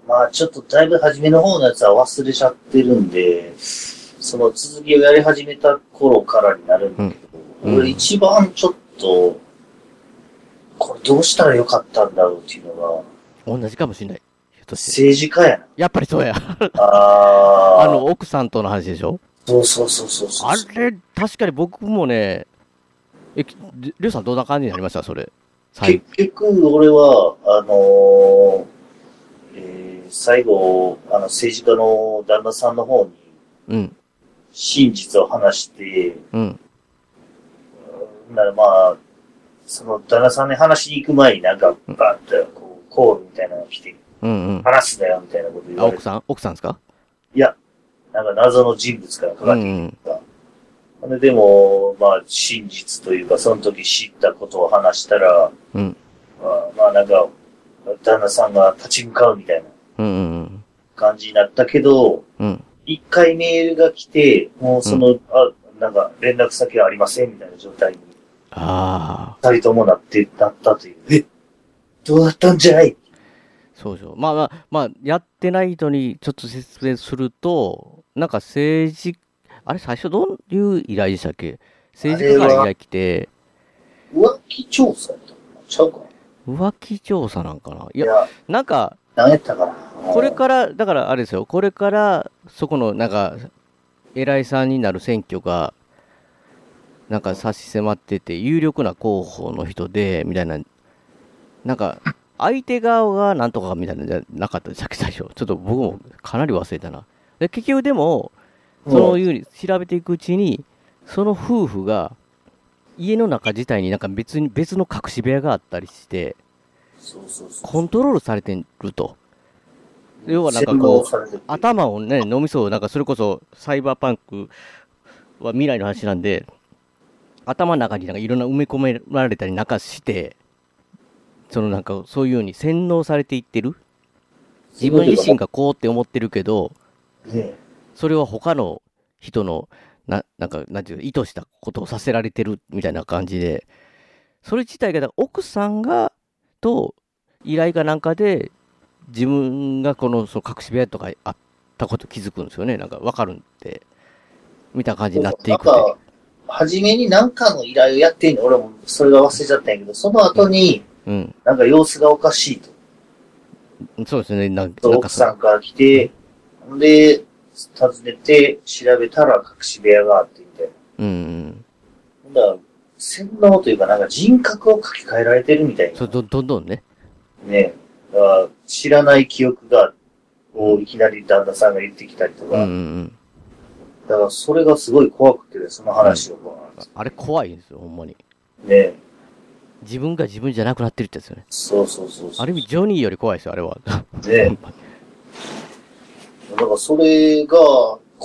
S3: まあちょっとだいぶ初めの方のやつは忘れちゃってるんで、その続きをやり始めた頃からになるんだけど、
S2: うんうん
S3: 俺一番ちょっと、これどうしたらよかったんだろうっていうのが、
S2: 同じかもしれない。ひょっとして。
S3: 政治家やな。
S2: やっぱりそうや。
S3: あ
S2: あ
S3: ー
S2: の、奥さんとの話でしょ
S3: そうそうそうそうそう。
S2: あれ、確かに僕もね、え、きりりょうさんどんな感じになりましたそれ。最
S3: 結局、俺は、あのーえー最後、あの、政治家の旦那さんの方に
S2: うん、
S3: 真実を話して、
S2: うん、
S3: ならまあ、その旦那さんに話しに行く前になんか、バッと、こう、コールみたいなのが来て、
S2: うん、うん。
S3: 話すなよみたいなこと言
S2: あ、
S3: われ
S2: 奥
S3: て、
S2: さん奥さんですか
S3: いや、なんか謎の人物からか
S2: う
S3: かっ
S2: ん、う
S3: て
S2: ん。
S3: きて、でも、まあ、真実というか、その時知ったことを話したら、
S2: うん
S3: まあ、まあなんか、旦那さんが立ち向かうみたいな
S2: うん、うん、
S3: 感じになったけど、
S2: うん。
S3: 一回メールが来て、もうその、あ、なんか連絡先はありませんみたいな状態に、
S2: ああ、
S3: 二人ともなって、なったという。えどうだったんじゃい
S2: そうそう。まあまあ、まあ、やってない人にちょっと説明すると、なんか政治、あれ、最初どういう依頼でしたっけ政治家から依頼来て、
S3: 浮気調査やったのかなちゃうかない
S2: 浮気調査なんかない
S3: や、
S2: や、なんか、
S3: 何やったかな
S2: これから、だからあれですよ、これから、そこのなんか、偉いさんになる選挙が、なんか差し迫ってて、有力な候補の人で、みたいな、なんか、相手側がなんとかみたいなのじゃなかったでしたっけ、最初。ちょっと僕もかなり忘れたな。で結局でも、
S3: うん
S2: そういうふうに調べていくうちに、その夫婦が、家の中自体になんか別に別の隠し部屋があったりして、
S3: そうそうそう。
S2: コントロールされてると。要はなんか
S3: 洗
S2: こ
S3: 脳
S2: う、
S3: されてる
S2: 頭をね、脳みそを、なんかそれこそサイバーパンクは未来の話なんで、頭の中になんかいろんな埋め込められたりなんかして、そのなんかそういうように洗脳されていってる自分自身がこうって思ってるけど、
S3: ね
S2: それは他の人の、な、なんか、なんていうの意図したことをさせられてるみたいな感じで、それ自体が、だから奥さんが、と、依頼かなんかで、自分がこの、その隠し部屋とかあったこと気づくんですよね。なんか、わかるんで、みたいな感じになっていくって。
S3: なんか、初めに何かの依頼をやってんの、俺もそれが忘れちゃったんやけど、その後に、
S2: うん。
S3: なんか様子がおかしいと。
S2: そうですね。なんなんか
S3: 奥
S2: そ
S3: さ
S2: う、
S3: んから来て、で、訪ねて、調べたら隠し部屋があって、みたいな。
S2: うんうん。
S3: ほんだら洗脳というか、なんか人格を書き換えられてるみたいな
S2: そう、どどんどんね。
S3: ね。だから知らない記憶が、をいきなり旦那さんが言ってきたりと
S2: うん
S3: か、
S2: うん
S3: だからそれがすごい怖くてね、その話をこう、
S2: あれ怖いんですよ、ほんまに。
S3: ね
S2: 自分が自分じゃなくなってるってやつよね。
S3: そうそうそうそう。
S2: ある意味、ジョニーより怖いですよ、あれは。
S3: ねだからそれが、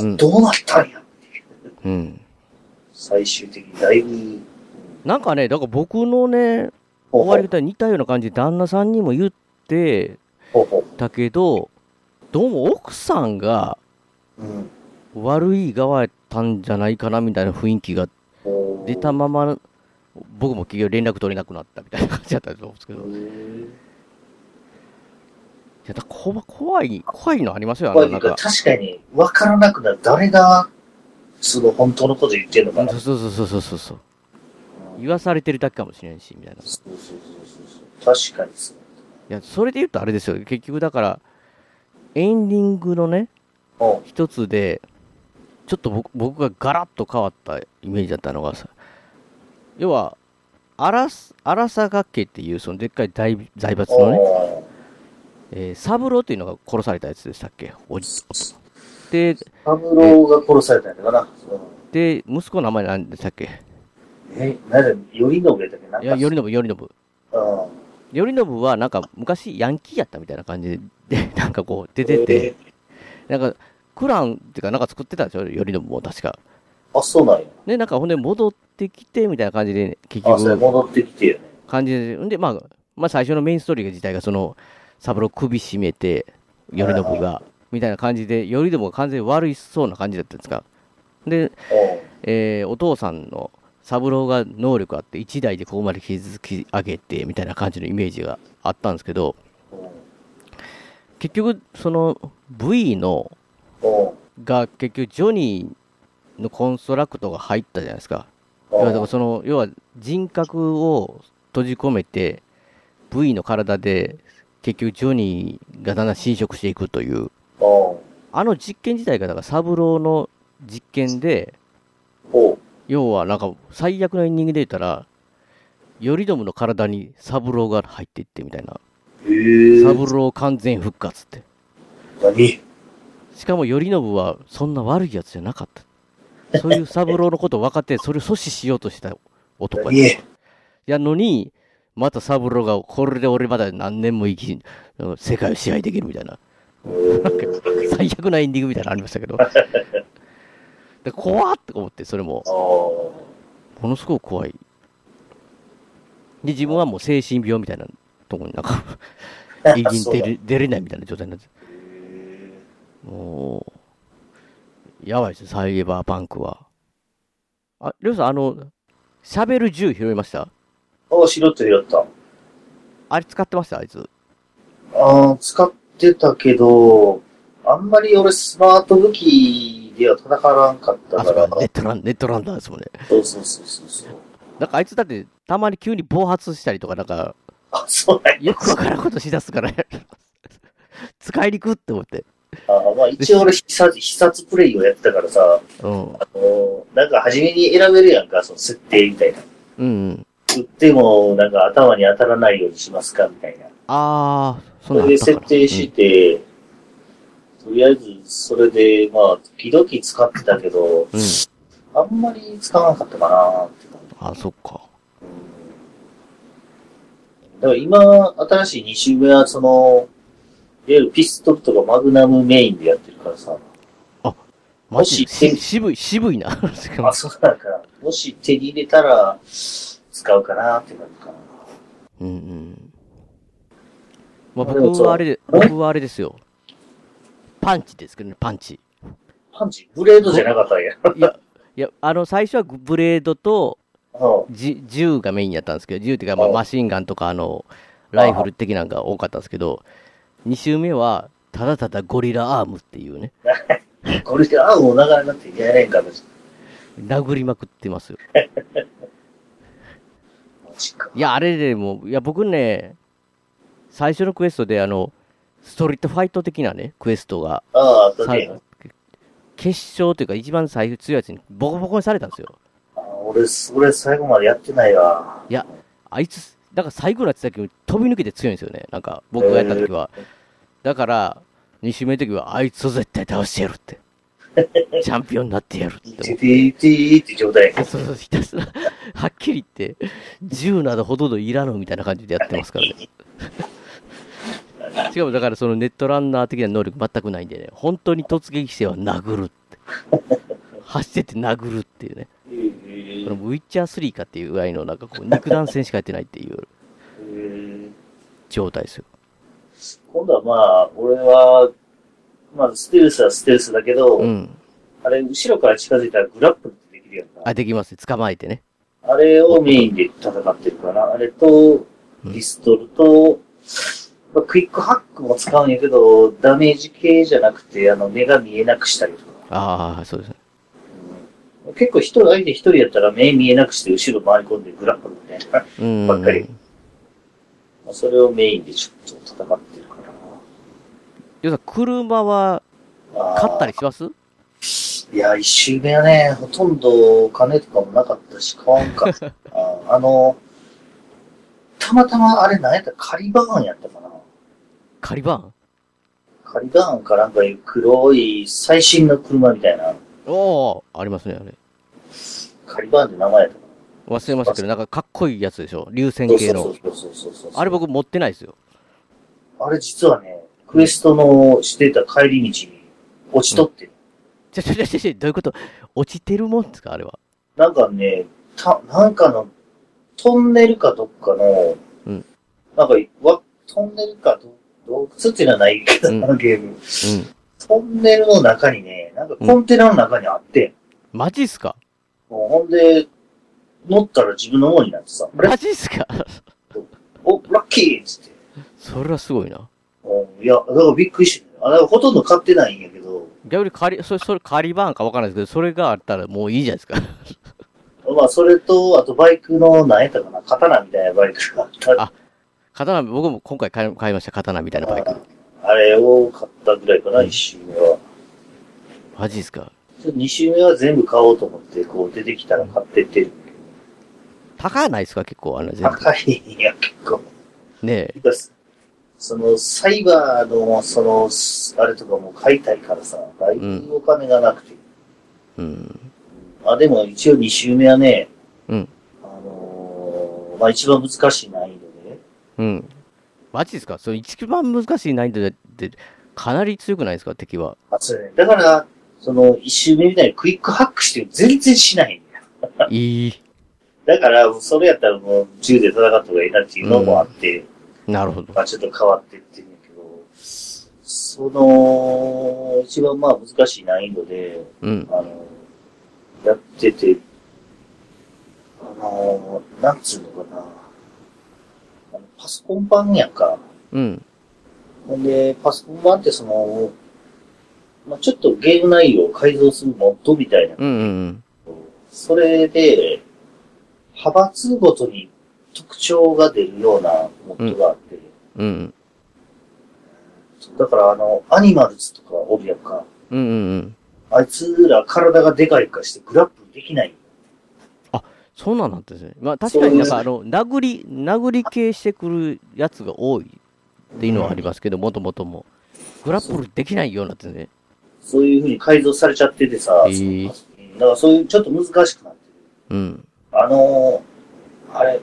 S2: うん
S3: どうなったんや。
S2: うん。
S3: 最終的にだいぶ、
S2: なんかね、だから僕のね、
S3: ほう
S2: 終
S3: ほ
S2: わり
S3: う
S2: 方に似たような感じで旦那さんにも言って
S3: ほうほ
S2: たけど、どうも奥さんが
S3: う。うん。
S2: 悪い側やったんじゃないかなみたいな雰囲気が
S3: おー
S2: 出たまま、僕も企業連絡取れなくなったみたいな感じだったと思うんですけど、いやだこわ怖い、怖いのありますよ、あ
S3: 怖
S2: の、
S3: いとい
S2: なん
S3: うか
S2: か。
S3: 確かに分からなくなる。誰が、その本当のこと言ってるのかな。
S2: そうそうそうそうそうそう。
S3: うん
S2: 言わされてるだけかもしれんし、みたいな。
S3: そうそうそうそうそう。確かにそう。
S2: いや、それで言うとあれですよ。結局だから、エンディングのね、
S3: お
S2: 一つで、ちょっと僕僕がガラッと変わったイメージだったのがさ、要は、荒さ荒坂家っていう、そのでっかい財財閥のね、
S3: お
S2: えーサブローっていうのが殺されたやつでしたっけおじお父さんで、
S3: サブローが殺されたんだかな。うん
S2: で、息子の名前何でしたっけ
S3: え、なんだ、よりのぶやったっけなんか
S2: いや、頼信、頼信。
S3: うん
S2: 頼信はなんか昔ヤンキーやったみたいな感じで、 なんかこう出てて、なんかクランっていうかなんか作ってたんですよ、頼信も確か。
S3: あ、そうなんや。
S2: ね、なんかほんで戻ってきてみたいな感じで、結
S3: あ、それ
S2: 局、
S3: 戻ってきてよね。
S2: 感じで、んで、まあ、まあ最初のメインストーリー自体がその、サブロー首絞めて、頼
S3: は
S2: 信
S3: い
S2: が、みたいな感じで、頼朝が完全に悪いそうな感じだったんですか。で、
S3: う
S2: えーお父さんの三郎が能力あって一代でここまで築き上げてみたいな感じのイメージがあったんですけど
S3: ん。うん
S2: 結局その V の
S3: お
S2: が結局ジョニーのコンストラクトが入ったじゃないですか要はだからその要は人格を閉じ込めて V の体で結局ジョニーがだんだん侵食していくという
S3: お
S2: あの実験自体がだから三郎の実験で
S3: お
S2: 要はなんか最悪のエンディングで言ったら、頼朝の体にサブローが入っていってみたいな。
S3: へえ。
S2: サブロー完全復活って。
S3: 何
S2: しかも頼朝はそんな悪いやつじゃなかった。そういうサブローのことを分かって、それを阻止しようとした男
S3: 何
S2: や。やのに、またサブローが、これで俺まだ何年も生き、うん世界を支配できるみたいな。最悪なエンディングみたいなのありましたけど。で怖っと思って、それも。
S3: あー
S2: ものすごく怖い。で、自分はもう精神病みたいなとこになんか、入りに出れ出れないみたいな状態になって。もう、やばいですよ、サイバーパンクは。あ、りょうさん、あの、喋る銃拾いました
S3: あ、白ってやった。
S2: あれ使ってましたあいつ。
S3: ああ、使ってたけど、あんまり俺スマート武器では戦わなかった
S2: あ、
S3: か
S2: そ
S3: ら
S2: うか、。ネットラン、ネットランダーですもんね。
S3: そうそうそうそうそう。
S2: なんかあいつだって、たまに急に暴発したりとか、なんか、
S3: あ、そうなんや。
S2: よくわからんことしだすから、 使いにくって思って。
S3: あーまあ一応俺必殺、必殺プレイをやってたからさ、
S2: うん。
S3: あのーなんか初めに選べるやんか、その設定みたいな。
S2: うんうん。
S3: 撃っても、なんか頭に当たらないようにしますかみたいな。
S2: あー、そ
S3: そ
S2: んな
S3: れ
S2: んあっ
S3: で
S2: たかな
S3: 設定して、とりあえず、それで、まあ、時々使ってたけど、
S2: うん。うん
S3: あんまり使わなかったかなって感じ。
S2: あ、そっか。
S3: だから今、新しい2周目は、その、いわゆるピストルとかマグナムメインでやってるからさ、
S2: マジ
S3: もし
S2: し渋い、渋いな。しかも
S3: あ、そうだから、もし手に入れたら、使うかなって感じかな。
S2: うんうん。まあ、
S3: あでも
S2: 僕
S3: そう
S2: はあれで、僕はあれですよ。パンチですけどね、パンチ。
S3: パンチブレードじゃなかったんや。
S2: いや、いや、あの、最初はブレードと
S3: うん
S2: じ銃がメインやったんですけど、銃っていうか、まあ、
S3: はい
S2: マシンガンとか、あの、ライフル的なんが多かったんですけど、2周目は、ただただゴリラアームっていうね、
S3: これで、あ、もうなかなかってやれんかったし。
S2: 殴りまくってますよ。
S3: マジか。
S2: いや、あれでも、いや、僕ね、最初のクエストで、あの、ストリートファイト的なね、クエストが、
S3: ああ、あと
S2: さ
S3: ね。
S2: 決勝というか、一番最強いやつにボコボコにされたんですよ。
S3: あ俺、それ最後までやってないわ。
S2: いや、あいつ、だから最後のやつだけ飛び抜けて強いんですよね、なんか、僕がやった時は。だから、2周目の時は、あいつを絶対倒してやるって。チャンピオンになってやるって思って
S3: ティティティって状態。
S2: そうそう、ひたすら、はっきり言って、銃などほとんどいらぬみたいな感じでやってますからね。しかもだからそのネットランナー的な能力全くないんでね、本当に突撃しては殴るって。走ってて殴るっていうね。
S3: えー
S2: このウィッチャー3かっていうぐらいのなんかこう肉弾戦しかやってないっていう
S3: えー
S2: 状態ですよ。
S3: 今度はまあ、俺は、まあ、ステルスはステルスだけど、
S2: うん。
S3: あれ、後ろから近づいたらグラップルってできるやんか。
S2: あ、できます。捕まえてね。
S3: あれをメインで戦ってるかな。あれと、
S2: うん
S3: ピストルと、まあ、クイックハックも使うんやけど、ダメージ系じゃなくて、あの、目が見えなくしたりとか。
S2: ああ、そうですね。
S3: うん結構一人、相手一人やったら目見えなくして後ろ回り込んでグラップルみたいな。
S2: うん。
S3: ばっかりまあそれをメインでちょっと戦ってるか
S2: 要は車は
S3: な。あー
S2: 勝ったりします
S3: いや、一周目はね、ほとんどお金とかもなかったし、買わん かったあー。あの、たまたまあれ何やったカリバーンやったかな。
S2: カリバン
S3: カリバーンかなんかいう黒い最新の車みたいな。
S2: おーありますね、あれ。
S3: カリバーンって名前やったか
S2: 忘れましたけど、なんかかっこいいやつでしょ流線
S3: な。
S2: 系の。
S3: そうそうそうそうそうそう。
S2: あれ僕持ってないですよ。
S3: あれ実はね、クエストのしてた帰り道に落ちとって、
S2: ちょちょちょちょちょ、どういうこと落ちてるもんですかあれは。
S3: なんかね、た、なんかの、トンネルかどっかの、
S2: うん
S3: なんか、わ、トンネルかど、洞窟っていうのはないけど、
S2: うん
S3: あのゲーム。
S2: うん。
S3: トンネルの中にね、なんかコンテナの中にあって、
S2: マジっすか
S3: もうほんで、乗ったら自分のものになってさ、あれ
S2: マジっすか
S3: お、ラッキーっつって。
S2: それはすごいな。
S3: うんいや、だからびっくりして、あ、だからほとんど買ってないんやけど、
S2: 逆に仮、それ、それ仮バーンかわからないですけど、それがあったらもういいじゃないですか。
S3: まあ、それと、あとバイクの、何やったかな、刀みたいなバイクがあった。
S2: あ刀、僕も今回買い買いました。刀みたいなバイク。
S3: あれを買ったぐらいかな、
S2: うん
S3: 一周目は。
S2: マジっすか
S3: ちょっと2周目は全部買おうと思って、こう出てきたら買ってって、
S2: 高ないっすか結構、あの、全
S3: 高いんや、結構。
S2: 部。ねえ。
S3: その、サイバーの、その、あれとかも買いたいからさ、だいぶお金がなくて。
S2: うん。
S3: あ、でも一応2周目はね、
S2: うん。
S3: あのーまあ一番難しい難易度でね。
S2: うん。マジっすかそれ一番難しい難易度でって、かなり強くないですか敵は。
S3: あ、そうね。だから、その、1周目みたいにクイックハックして全然しないんだよ。
S2: いい。
S3: だから、それやったらもう銃で戦った方がいいなっていうのもあって、
S2: なるほど。
S3: まあちょっと変わってってんだけど、その、一番まあ難しい難易度で、
S2: うん。
S3: あの、やってて、あの、なんつうのかな。あのパソコン版やんか。
S2: うん。
S3: ほんで、パソコン版ってその、まあちょっとゲーム内容を改造するモッドみたいな。
S2: うんうんうん。
S3: それで、派閥ごとに特徴が出るようなモッドがあって、
S2: うん。
S3: だからあの、アニマルズとかおるやんか。
S2: うんうんうん。
S3: あいつら体がでかいかしてグラップルできない。
S2: そうなんなんですね。まあ確かになんかあの、殴り、殴り系してくるやつが多いっていうのはありますけど、もともとも。グラップルできないようになってね。
S3: そういう風に改造されちゃっててさ、
S2: えー
S3: そのうんだからそういうちょっと難しくなってる。
S2: うん。
S3: あのー、あれ、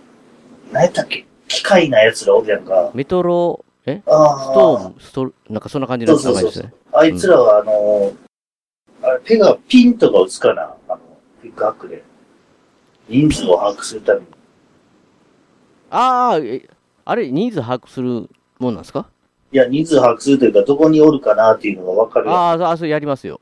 S3: 何やったっけ機械な奴らおるやんか。
S2: メトロ、えス
S3: あ
S2: ト
S3: あ
S2: ー、ン、ストなんかそんな感じ
S3: そ
S2: の
S3: うそ
S2: 名
S3: う
S2: 前で
S3: そう
S2: すね。
S3: あいつらはあのー、あれ、手がピンとか打つかなあの、クイックハックで。人数を把握するために。
S2: ああ、えあれ、人数把握するもんなんですか
S3: いや、人数把握するというか、どこにおるかなっていうのがわかるやん。あ
S2: あーあ、それやりますよ。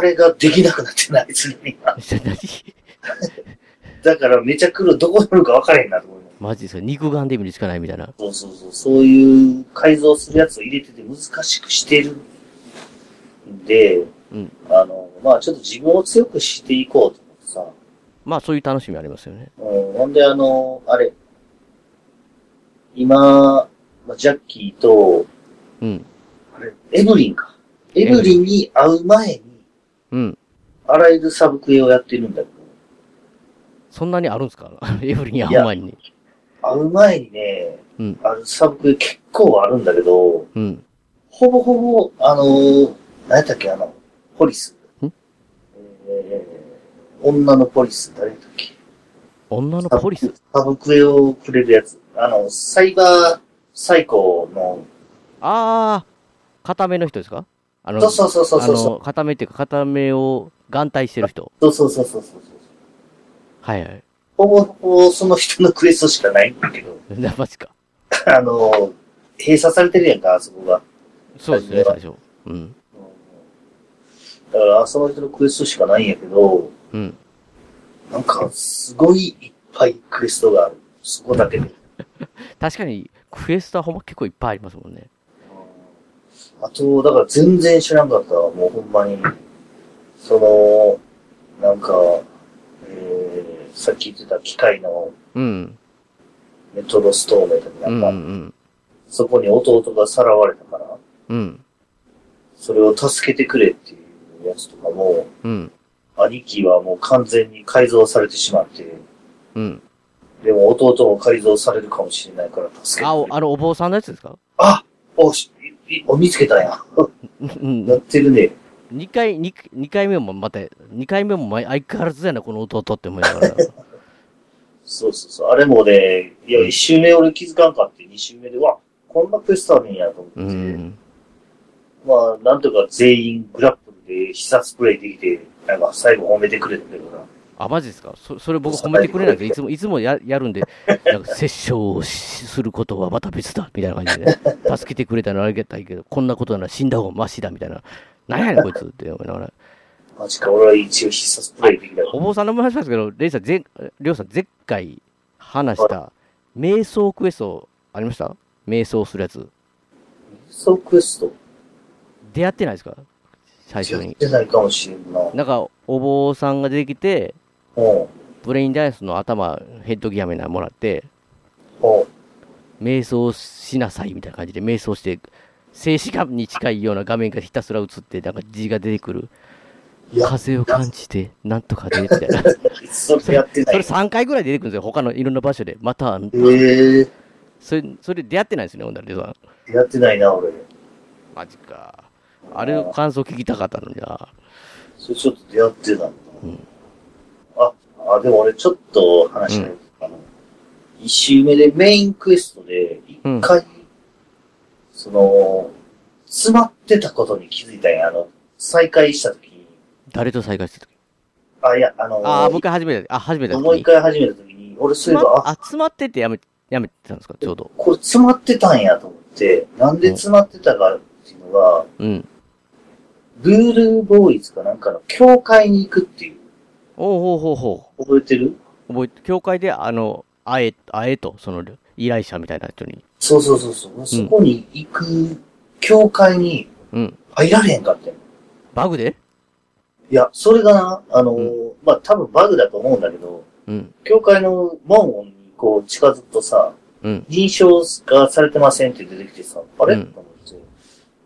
S3: れができなくなってない、あいつらに。
S2: 何
S3: だからめちゃ黒、どこにおるか分からへんなと思います。
S2: マジですか肉眼で見るしかないみたいな。
S3: そうそうそう、そういう改造するやつを入れてて難しくしてるんで、
S2: うん
S3: あの、まあちょっと自分を強くしていこうと思ってさ、
S2: まあそういう楽しみありますよね。
S3: うん、ほんであの、あれ、今、まあジャッキーと、
S2: うん。
S3: あれ、エブリンか。エブリンに会う前に、
S2: うん。
S3: あらゆるサブクエをやってるんだけど、
S2: そんなにあるんですか エブリンに会う前に。
S3: 会う前にね、
S2: うん
S3: あのサブクエ結構あるんだけど、
S2: うん。
S3: ほぼほぼ、あのー、何やったっけ、あの、ホリス。
S2: ん
S3: えー女のポリス、誰だっけ
S2: 女のポリス
S3: サブクエをくれるやつ。あの、サイバーサイコの、
S2: ああ、固めの人ですかあの、
S3: そうそうそうそう
S2: あ
S3: そう
S2: の、固めっていうか、固めを眼帯してる人。
S3: そうそうそうそうそう。
S2: はいはい。
S3: ほぼほぼその人のクエストしかないんだけど、
S2: なマジか。
S3: あの、閉鎖されてるやんか、あそこが。
S2: そうですね、最初。うん。
S3: うんだから、あその人のクエストしかないんやけど、
S2: うん。
S3: なんか、すごいいっぱいクエストがある。そこだけで。うん
S2: 確かに、クエストはほんま結構いっぱいありますもんね。
S3: あと、だから全然知らんかったわ、もうほんまに。その、なんか、えー、さっき言ってた機械の
S2: うん。
S3: メトロストーメとか
S2: う
S3: なんん
S2: う
S3: か、
S2: ん
S3: そこに弟がさらわれたから、
S2: うん。うん。
S3: それを助けてくれっていうやつとかも、
S2: うん。
S3: 兄貴はもう完全に改造されてしまって、
S2: うん。
S3: でも弟も改造されるかもしれないから助けて
S2: あ、
S3: くれ
S2: おあの、お坊さんのやつですか
S3: あおしいいお、見つけたんや。
S2: うんうん
S3: やってるね。
S2: 二回、二二回目もまた、二回目もま相変わらずやな、この弟って思いな がら。
S3: そうそうそう。あれもね、いや、一周目俺気づかんかって、二周目で、わ、こんなクエストあるんやと思って、
S2: うん。
S3: まあ、なんとか全員グラップルで必殺プレイできて、なんか最後褒めてくれたけどな。
S2: あ、マジですかそそれ僕褒めてくれ ないですいつも、いつもややるんで、なんか、殺生をしすることはまた別だ、みたいな感じで、 ね、助けてくれたのはありがたいけど、こんなことなら死んだ方がマシだ、みたいな。なん やねん、こいつって思いながら。
S3: マジか、俺は一応必殺プレイできたから
S2: お坊さんの話なんですけど、レイさん、ぜんりょうさん、前回話した、瞑想クエスト、ありました瞑想するやつ。
S3: そうクエスト
S2: 出会ってないですか最初
S3: やっ
S2: に。
S3: てないかもしれんな。うん。
S2: なんか、お坊さんが出てきて、
S3: うん。
S2: ブレインダイスの頭、ヘッドギアみたいなのもらって、瞑想しなさいみたいな感じで、瞑想して、静止画に近いような画面がひたすら映って、なんか字が出てくる。
S3: いや
S2: 風を感じて、なんとかで、みた いな。
S3: そ
S2: それ
S3: れやってない。
S2: それ3回ぐらい出てくるんですよ、他のいろんな場所で。また、
S3: ええ
S2: それ、それ出会ってないですよね、ほんだらレイさん。
S3: やってないな、俺。
S2: マジか。あれの感想聞きたかったのにな。
S3: それちょっと出会ってたんだ。
S2: うん
S3: あ、あ、でも俺ちょっと話しない、あの、一周目でメインクエストで、一回、その、詰まってたことに気づいたんや。あの、再開した時に、
S2: 誰と再会した時
S3: あ、いや、あの、
S2: ああ、もう一回初めて、あ、初めて。
S3: もう一回始めた時に、俺そう
S2: 詰
S3: いえば、
S2: ま
S3: あ、
S2: っ、集まっててやめ、やめてたんですか、ちょうど。
S3: これ詰まってたんやと思って、なんで詰まってたかっていうのが、
S2: うん。
S3: ルールボーイズかなんかの教会に行くっていう、
S2: おうほうほうほ
S3: 覚えてる
S2: う。覚えて、教会で、あの、あえ、あえと、その、依頼者みたいな人に。
S3: そうそうそうそう。そこに行く、教会に
S2: うん。
S3: 入られへんかったよ。
S2: バグで
S3: いや、それがな、あのー
S2: う
S3: まあ、多分バグだと思うんだけど、
S2: うん。
S3: 教会の門にこう近づくとさ、
S2: うん。
S3: 認証がされてませんって出てきてさ、あれ、
S2: うん
S3: と思って、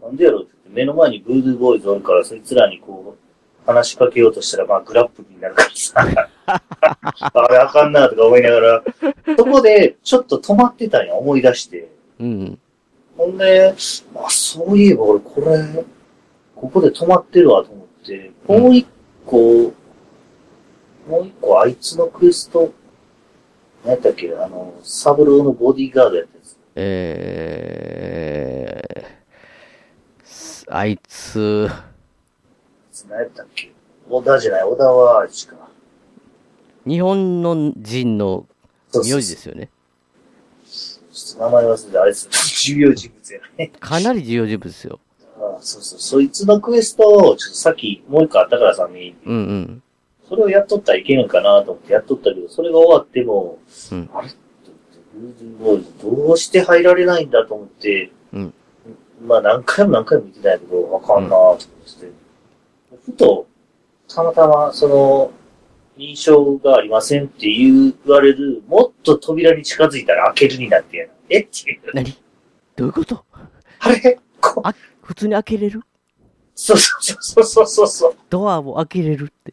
S3: なんでやろうって言って目の前にブードゥーボーイズおるから、そいつらにこう、話しかけようとしたら、まあ、グラップになるから さ、あれあかんなとか思いながら、そこでちょっと止まってたんや、思い出して。
S2: うん。
S3: ほんで、あ、そういえば俺これ、ここで止まってるわと思って、もう一個、もう一個あいつのクエスト、何やったっけ、あの、サブローのボディーガードやったやつ。
S2: えーす、あいつ、
S3: 何やったっけ小田じゃない、小田はあいつか。
S2: 日本の人の
S3: そうそう
S2: 名
S3: そう
S2: 字ですよね。
S3: ちょっと名前忘れて、あいつ、重要人物やね。
S2: かなり重要人物ですよ。
S3: あそうそう、そいつのクエストを、ちょっとさっきもう一個あったからさ、に
S2: うんうん。
S3: それをやっとったらいけるんかなと思ってやっとったけど、それが終わっても、
S2: うん
S3: あれルーズボーイズどうして入られないんだと思って、
S2: うん
S3: まあ何回も何回も見てたんやけど、わかんなと思って、ふと、たまたま、その、認証がありませんって言われる、もっと扉に近づいたら開けるになってやな。えっていう。
S2: 何どういうこと
S3: あれこ
S2: あ普通に開けれる
S3: そうそうそうそうそうそう。
S2: ドアも開けれるって。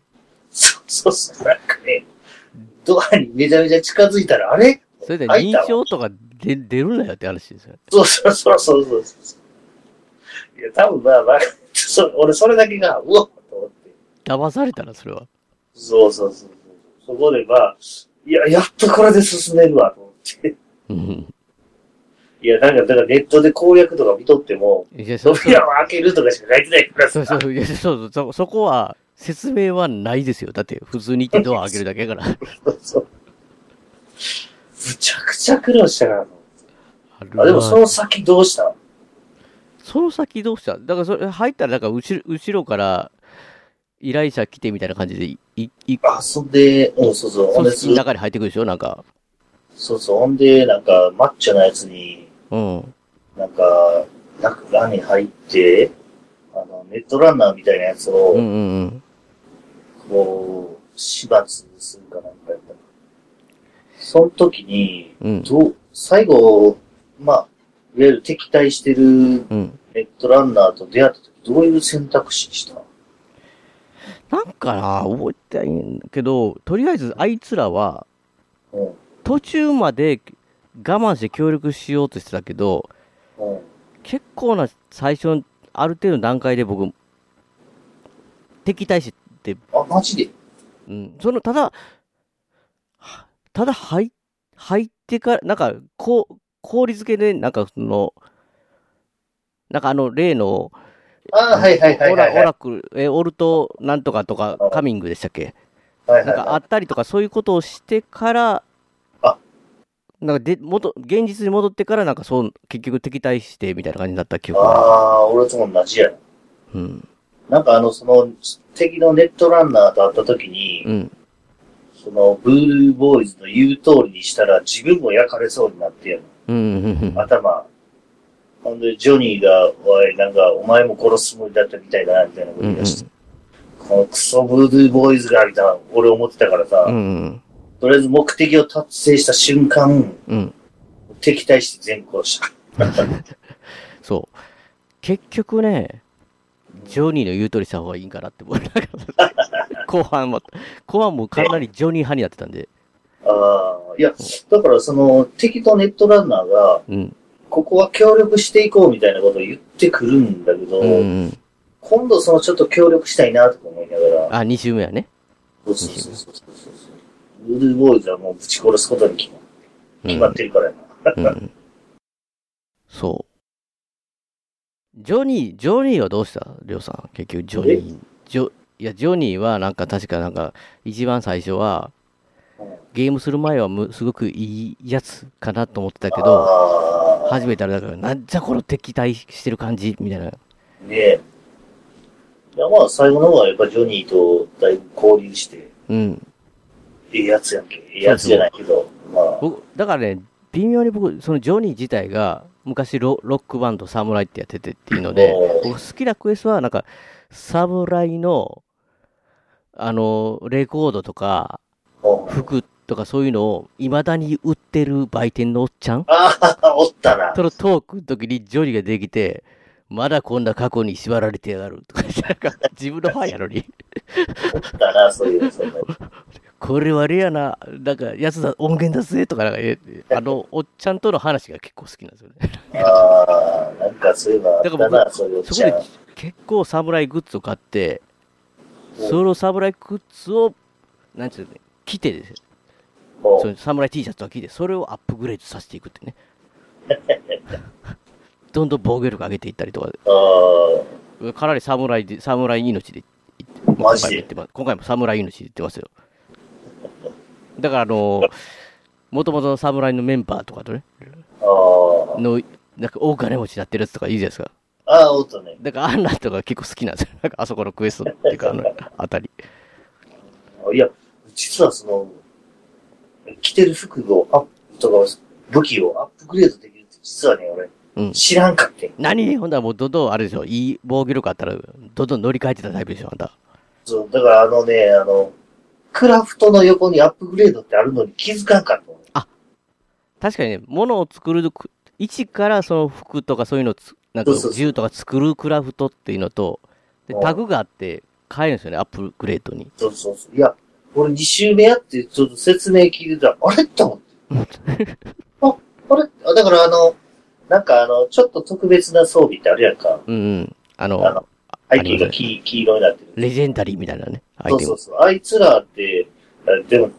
S3: そうそうそう。なんかね、ドアにめちゃめちゃ近づいたら、あれ
S2: それで
S3: 開い
S2: 認
S3: たわ
S2: 証とか出出るなよって話ですよね。
S3: そうそうそうそうそうそう。いや、多分まあまあ、そ俺それだけが、うわっと思って。
S2: 騙されたな、それは。
S3: そうそうそうそう。そこでまあ、いや、やっとこれで進めるわ、と思って。
S2: うん。
S3: いや、なんか、だからネットで攻略とか見とっても、
S2: いや、そうそう。
S3: 扉を開けるとかしか書いてないか ら
S2: そう
S3: さ。
S2: そう。いや、そうそうそ。そこは、説明はないですよ。だって、普通に行ってドア開けるだけやから。
S3: そうむちゃくちゃ苦労したからと思
S2: ある
S3: って。あ、
S2: わ
S3: でもその先どうした
S2: その先どうしただからそれ入ったらなんか後ろ後ろから依頼者来てみたいな感じでい、い、い、
S3: あ、そんで、うん、そうそう。ほん
S2: 組
S3: で、
S2: 織の中に入ってくるでしょなんか。
S3: そうそう。ほんで、なんか、マッチョなやつに、
S2: うん。
S3: なんか、中ラに入って、あの、ネットランナーみたいなやつ
S2: うんう
S3: を、
S2: んうん。
S3: こう、始末するかなんかやったのその時に、
S2: うん。
S3: どう、最後、まあ、いわゆる敵対してる
S2: うん。
S3: ネットランナーと出会った時、どういう選択肢した
S2: なんかな、覚えてないんだけど、とりあえずあいつらは、
S3: うん、うん、
S2: 途中まで我慢して協力しようとしてたけど、結構な最初の、ある程度の段階で僕、敵対してって
S3: あ、マジで
S2: うん、その、ただ、はただ入、入ってから、なんか、こう、氷漬けで、なんかその、なんかあの、例の、
S3: あーはいはいはい
S2: オ
S3: は
S2: ラ、
S3: い
S2: オ
S3: はい。
S2: ラクル、え、オルト、なんとかとか、カミングでしたっけ
S3: はい
S2: なんかあ
S3: は
S2: ったりとか、そういうことをしてから、
S3: あ
S2: なんかで、元、現実に戻ってから、なんかそう、結局敵対して、みたいな感じになった記
S3: い。
S2: 憶があ
S3: ああー、俺と同じやな。
S2: る。うん。
S3: なんかあの、その、敵のネットランナーと会った時に、
S2: うん。
S3: その、ブールーボーイズの言う通りにしたら、自分も焼かれそうになってやる。
S2: うん。うん。
S3: 頭。ほんで、ジョニーが、おい、なんか、お前も殺すつもりだったみたいだな、みたいなこと
S2: うん。う
S3: 言い
S2: ん。
S3: 出して。このクソブードゥーボーイズが、みたいな、俺思ってたからさ、
S2: うん。
S3: とりあえず目的を達成した瞬間、
S2: うん。
S3: 敵対して全部 殺した。
S2: そう。結局ね、ジョニーの言う通りした方がいいんかなって思いながら、 後半は、後半もかなりジョニー派になってたんで、
S3: ああ、いや、だからその、敵とネットランナーが、
S2: うん。
S3: ここは協力していこうみたいなことを言ってくるんだけど、
S2: うんうん。
S3: 今度そのちょっと協力したいなとか思いながら、
S2: あ、2周目はね。
S3: そうそうそうそうそうそう。ブルーボーイズはもうぶち殺すことに決ま
S2: うん
S3: 決まってるからやな。
S2: うん。そう。ジョニー、ジョニーはどうしたりょうさん。結局、ジョニー。ジョ、いや、ジョニーはなんか確かなんか、一番最初は、ゲームする前はむすごくいいやつかなと思ってたけど、
S3: ああ、
S2: 始めたらだから、なんじゃこの敵対してる感じみたいな。
S3: ねえ。いやまあ最後の方はやっぱジョニーとだいぶ交流して、
S2: うん。
S3: いいやつやんけ。いいやつじゃないけど、まあ、
S2: 僕だからね微妙に僕そのジョニー自体が昔ロロックバンドサムライってやっててっていうので
S3: おー
S2: 僕好きなクエストはなんかサムライのあのレコードとか
S3: うん
S2: 服とかそういうのを未だに売ってる売店のおっちゃん
S3: ああ、おったな。
S2: とのトークの時にジョニーができてまだこんな過去に縛られてやがるとか言ってなんか自分のファンやのに
S3: おったな、そういう、そんな。
S2: これはレアななんかやつだ音源だぜとかなんか言えあ のおっちゃんとの話が結構好きなんですよね
S3: ああ、なんかそういえばあっ
S2: だ
S3: た
S2: から
S3: な、
S2: 僕
S3: そういうおっ
S2: そ
S3: ちゃん。
S2: こで結構侍グッズを買って、その侍グッズを、なんていうのね、着てですよ。
S3: も
S2: そうの侍 T シャツとか着て、それをアップグレードさせていく ってね。どんどん防御力上げていったりとか
S3: あ
S2: で、かなり侍で、侍命でいって、
S3: マジ
S2: 今回も
S3: で
S2: 言ってます今回も侍命で言ってますよ。だからあのもともとの侍のメンバーとかとね、
S3: あ、ああ、
S2: の、なんか大金持ちになってるやつとかいいじゃないですか。
S3: ああ、おったね。
S2: だからアンナとか結構好きなんですよ。なんかあそこのクエストっていうか、あの、あたり。
S3: いや、実はその、着てる服をアップとか、武器をアップグレードできるって実はね、俺、
S2: うん
S3: 知らんかってん。
S2: 何ほんだらもうどんどんあれでしょ。いい防御力あったら、どんどん乗り換えてたタイプでしょ、あんた。
S3: そう、だからあのね、あの、クラフトの横にアップグレードってあるのに気づかんかったの。
S2: 確かにね、物を作る、一からその服とかそういうのつ、なんか
S3: そうそうそう
S2: 銃とか作るクラフトっていうのと、で
S3: うん
S2: タグがあって、変えるんですよね、アップグレードに。
S3: そうそうそう。いや、俺2周目やって、ちょっと説明聞いてたら、あれと思って。 あ、あれあだからあの、なんかあの、ちょっと特別な装備ってあるやんか。
S2: うんうん。あの、
S3: あの背景が黄黄色になってる。
S2: レジェンダリーみたいなね、ア
S3: そ
S2: イ
S3: う
S2: テ
S3: そ
S2: ム
S3: う。そう。あいつらって、あでも、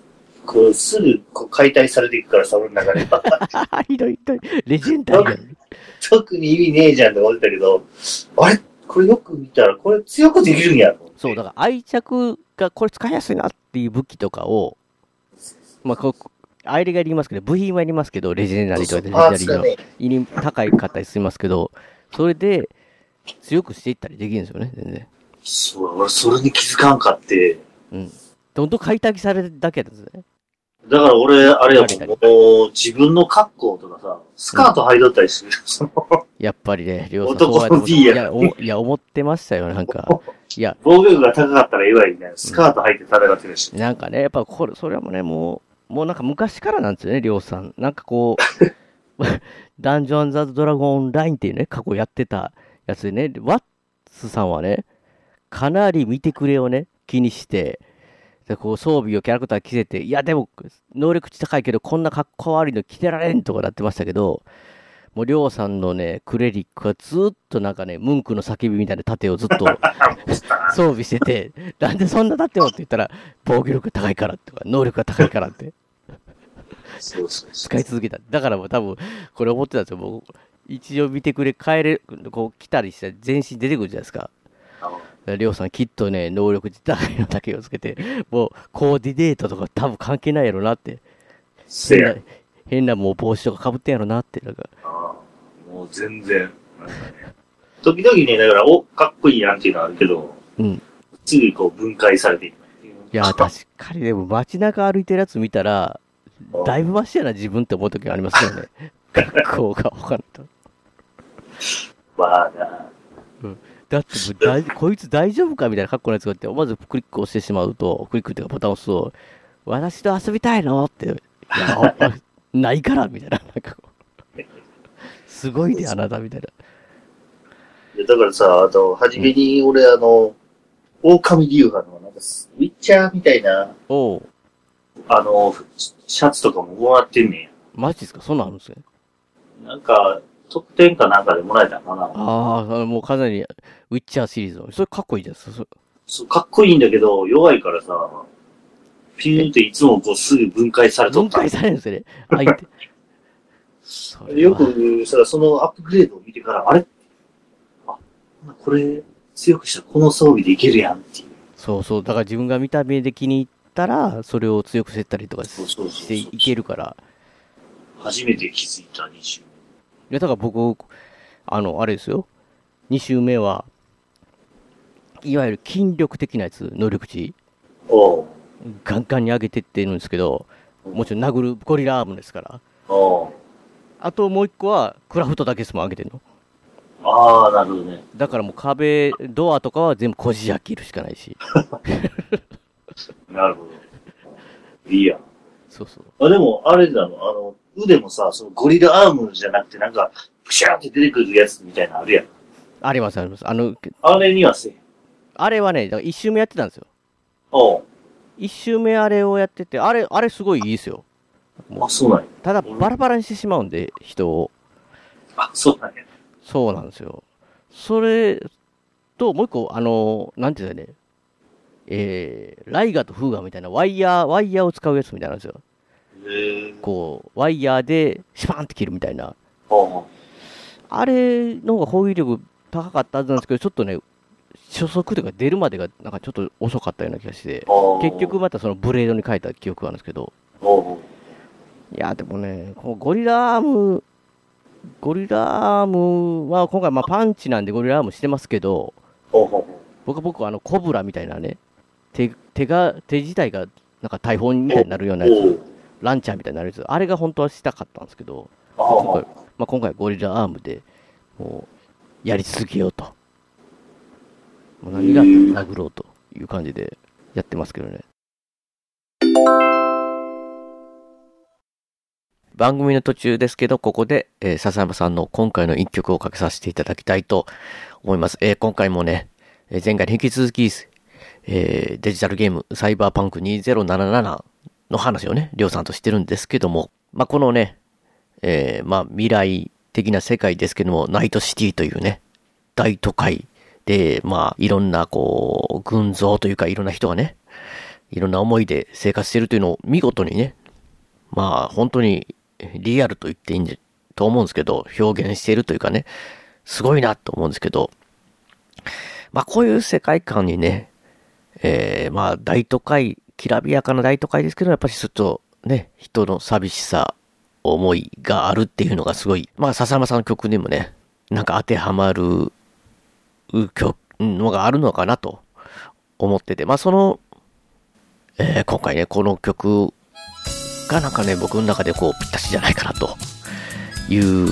S3: こう、すぐこう解体されていくからさ、俺の中で。
S2: あ、ひどいひどい。レジェンダリーやん。
S3: 特に意味ねえじゃんって思ってたけど、あれこれよく見たら、これ強くできるんやと思って。
S2: そう、だから愛着がこれ使いやすいなっていう武器とかを、まあ、こう、アイレが言いますけど、部品はやりますけど、レジェンダリーとかレジ
S3: パ
S2: ェン
S3: ー
S2: ダ
S3: ツ
S2: リ
S3: が
S2: ーの
S3: ね、
S2: 入り高いかったりしますけど、それで強くしていったりできるんですよね、全然。
S3: そう、俺それに気づかんかって。
S2: うん。どんどん解体されるだけなんですね。
S3: だから俺、あれや
S2: 慣れた
S3: もんもう、自分の格好とかさ、スカート履いとったりする。その
S2: やっぱりね、りょうさん、
S3: 男
S2: そうやってい
S3: D や
S2: や、おいや、思ってましたよ、なん か。いや、
S3: 防御力が高かったらええわいみたいな。スカート履いて戦ってるし。
S2: なんかね、やっぱこれ、それはもうね、もう、もうなんか昔からなんですよね、りょうさん。なんかこう、 ダンジョンズドラゴンオンラインっていうね、過去やってたやつでね、ワッツさんはね、かなり見てくれをね、気にして、でこう装備をキャラクター着せて、いや、でも、能力値高いけど、こんな格好悪いの着てられんとかなってましたけど、もう、りょうさんのね、クレリックはずっとなんかね、ムンクの叫びみたいな盾をずっ と装備してて、なんでそんな盾をって言ったら、防御力が高いからとか、能力が高いからって
S3: そうそうそ
S2: 使い続けた。だからもう多分、これ思ってたんですよ。もう、一応見てくれ、帰れ、こう来たりして、全身出てくるじゃないですか。
S3: う。
S2: りょうさん、きっとね、能力自体のだけをつけて、もう、コーディネートとか多分関係ないやろなって。
S3: せ
S2: 変
S3: や
S2: な。、変なもう帽子とか被ってんやろなって。なんか、
S3: ああもう全然。なんかね時々ね、だから、お、かっこいいやんっていうのはあるけど、
S2: うん。
S3: すぐこう分解されていく。
S2: い や、確かにでも街中歩いてるやつ見たら、だいぶマシやな自分って思う時ありますよ ね。学校が分かんない。
S3: まあな。
S2: だってもう大、こいつ大丈夫かみたいな格好のやつがあって、まずクリックをしてしまうと、クリックっていうかボタンを押すと、私と遊びたいのって、いや、 あないからみたいな、なんかこうすごいね、あなたみたいな。
S3: いやだからさ、あと、初めに俺、あの、狼流派の、なんかす、ウィッチャーみたいな、
S2: おう
S3: あの、シシャツとかももらってんね
S2: マジですかそんなんあるんですね。
S3: ん。なんか、特典かなんかでもらえたのかな。
S2: ああ、もうかなり、ウィッチャーシリーズの。それかっこいいじゃないですか。そ
S3: そうかっこいいんだけど、弱いからさ、ピューンっていつもこうすぐ分解されと
S2: 分
S3: った
S2: 解。されるんですよね。相 手。それは
S3: よく、そらそのアップグレードを見てから、あれあ、これ、強くしたらこの装備でいけるやんっていう。
S2: そうそう、だから自分が見た目で気に入ったら、それを強くしてったりとか
S3: そうそうそうそう
S2: していけるから。
S3: 初めて気づいた
S2: い
S3: 20。
S2: や、だから僕、あの、あれですよ。2周目は、いわゆる筋力的なやつ、能力値、
S3: おう
S2: ガンガンに上げてってるんですけど、もちろん殴るゴリラアームですから。
S3: おう
S2: あともう一個は、クラフトだけスも上げてるの。
S3: ああ、なるほどね。
S2: だからもう壁、ドアとかは全部こじ開けるしかないし。
S3: なるほど。いいや。
S2: そうそう。
S3: あ、でも、あれだの、あの、腕もさ、そのゴリラアームじゃなくて、なんか、プシャーって出てくるやつみたいなのあるやん。
S2: あります、あります。あの、
S3: あれにはせえへん。
S2: あれはね、だから1周目やってたんですよ。
S3: おう
S2: 一周目あれをやってて、あれ、あれすごいいいですよ。
S3: あ、そうなんや。
S2: ただ、バラバラにしてしまうんで、人を。
S3: あ、そうなんや。
S2: そうなんですよ。それと、もう一個、あの、なんていうんだよね。えー、ライガーとフーガーみたいなワイヤー、ワイヤーを使うやつみたいなんですよ。
S3: へえ。
S2: こう、ワイヤーで、シュパーンって切るみたいな。
S3: おう
S2: あれの方が攻撃力高かったはずなんですけど、ちょっとね、初速というか出るまでが、なんかちょっと遅かったような気がして、
S3: おう
S2: 結局、またそのブレードに変えた記憶があるんですけど、
S3: おうおう
S2: いや、でもね、このゴリラアーム、ゴリラアームは今回、まあ、パンチなんでゴリラアームしてますけど、
S3: おうおう
S2: 僕は僕はあのコブラみたいなね、手手が手自体がなんか大砲みたいになるようなや
S3: お
S2: つ、
S3: う
S2: ランチャーみたいになるやつ、あれが本当はしたかったんですけど、今
S3: あ
S2: 回
S3: あ、
S2: まあ、今回ゴリラアームでもうやり続けようと、もう何があっても殴ろうという感じでやってますけどね。番組の途中ですけど、ここで、えー笹山さんの今回の一曲をかけさせていただきたいと思います。えー今回もね、えー前回に引き続き、えーデジタルゲーム、サイバーパンク2077の話をね、りょうさんとしてるんですけども、まあ、このね、えーまあ、未来的な世界ですけども、ナイトシティというね、大都会で、まあ、いろんな、こう、群像というか、いろんな人がね、いろんな思いで生活してるというのを見事にね、まあ、本当にリアルと言っていいんじゃ、と思うんですけど、表現しているというかね、すごいなと思うんですけど、まあ、こういう世界観にね、えー、まあ、大都会、きらびやかな大都会ですけど、やっぱりちょっとね、人の寂しさ、思いがあるっていうのがすごい、まあ、笹山さんの曲にもね、なんか当てはまる曲、のがあるのかなと思ってて、まあ、その、えー、今回ね、この曲がなんかね、僕の中でこう、ぴったしじゃないかなという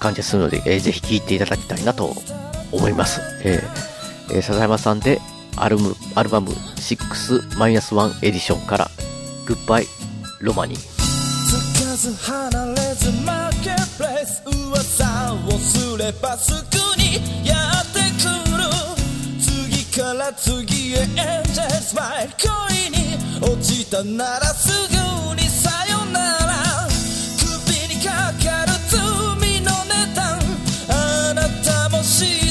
S2: 感じがするので、えー、ぜひ聴いていただきたいなと思います。えー、えー、笹山さんでアルム、アルバム6-1エディションから、グッバイロマニー。
S1: つかず離れずマーケットプレイス噂をすればすぐにやってくる次から次へエンジェルスマイ恋に落ちたならすぐにさよなら首にかかる罪の値段あなたも知って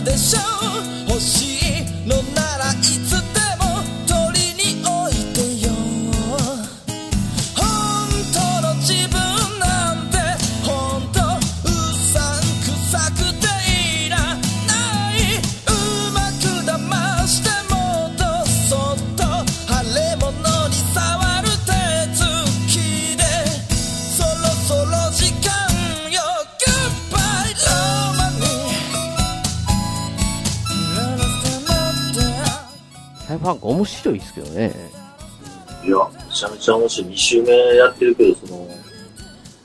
S1: るでしょう欲しいのならいつでも取りにおいてよ本当の自分なんて本当うさんくさくていらない」「うまく騙してもっとそっと腫れ物に触る手つきで」「そろそろ時間よ Goodbye ロマニー」
S2: サイファンク面白いですけどね。
S3: いや、めちゃめちゃ面白い。2周目やってるけど、その、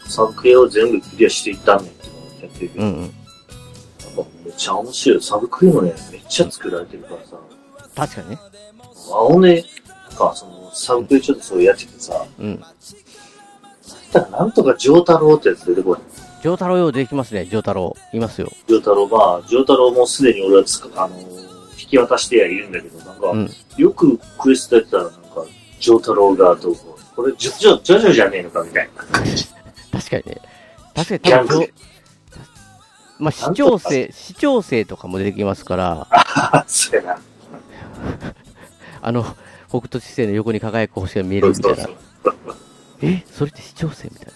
S3: 作品を全部クリアしていったんねっていうのをやってるけ
S2: う
S3: ど、や
S2: んうん。
S3: っぱめっちゃ面白い。サブクエもね、めっちゃ作られてるからさ、
S2: 確かにね。
S3: まあ、ほんで、なんかその、サブクエちょっとそうやっててさ、
S2: うん。
S3: だからなんとかジョータロウってやつ出てこない。
S2: 丈太郎ようできますね、丈太郎。いますよ。
S3: ジョータロウ、まあ、ジョータロウもすでに俺はつか、あの、引き渡してはいるんだけど、なんか、
S2: うん。
S3: よくクエストやってたら、なんか、ジョータロウがどうこう、これ、ジョジョ、ジョジョじゃねえのかみたい な感じ。
S2: 確かにね。確かに
S3: ギャ
S2: 多
S3: ング
S2: 分
S3: で、
S2: まあ、市長生、市長生とかも出てきますから、
S3: あ、そうやな。
S2: あの、北斗七星の横に輝く星が見えるみたいな。えそれって市長生みたい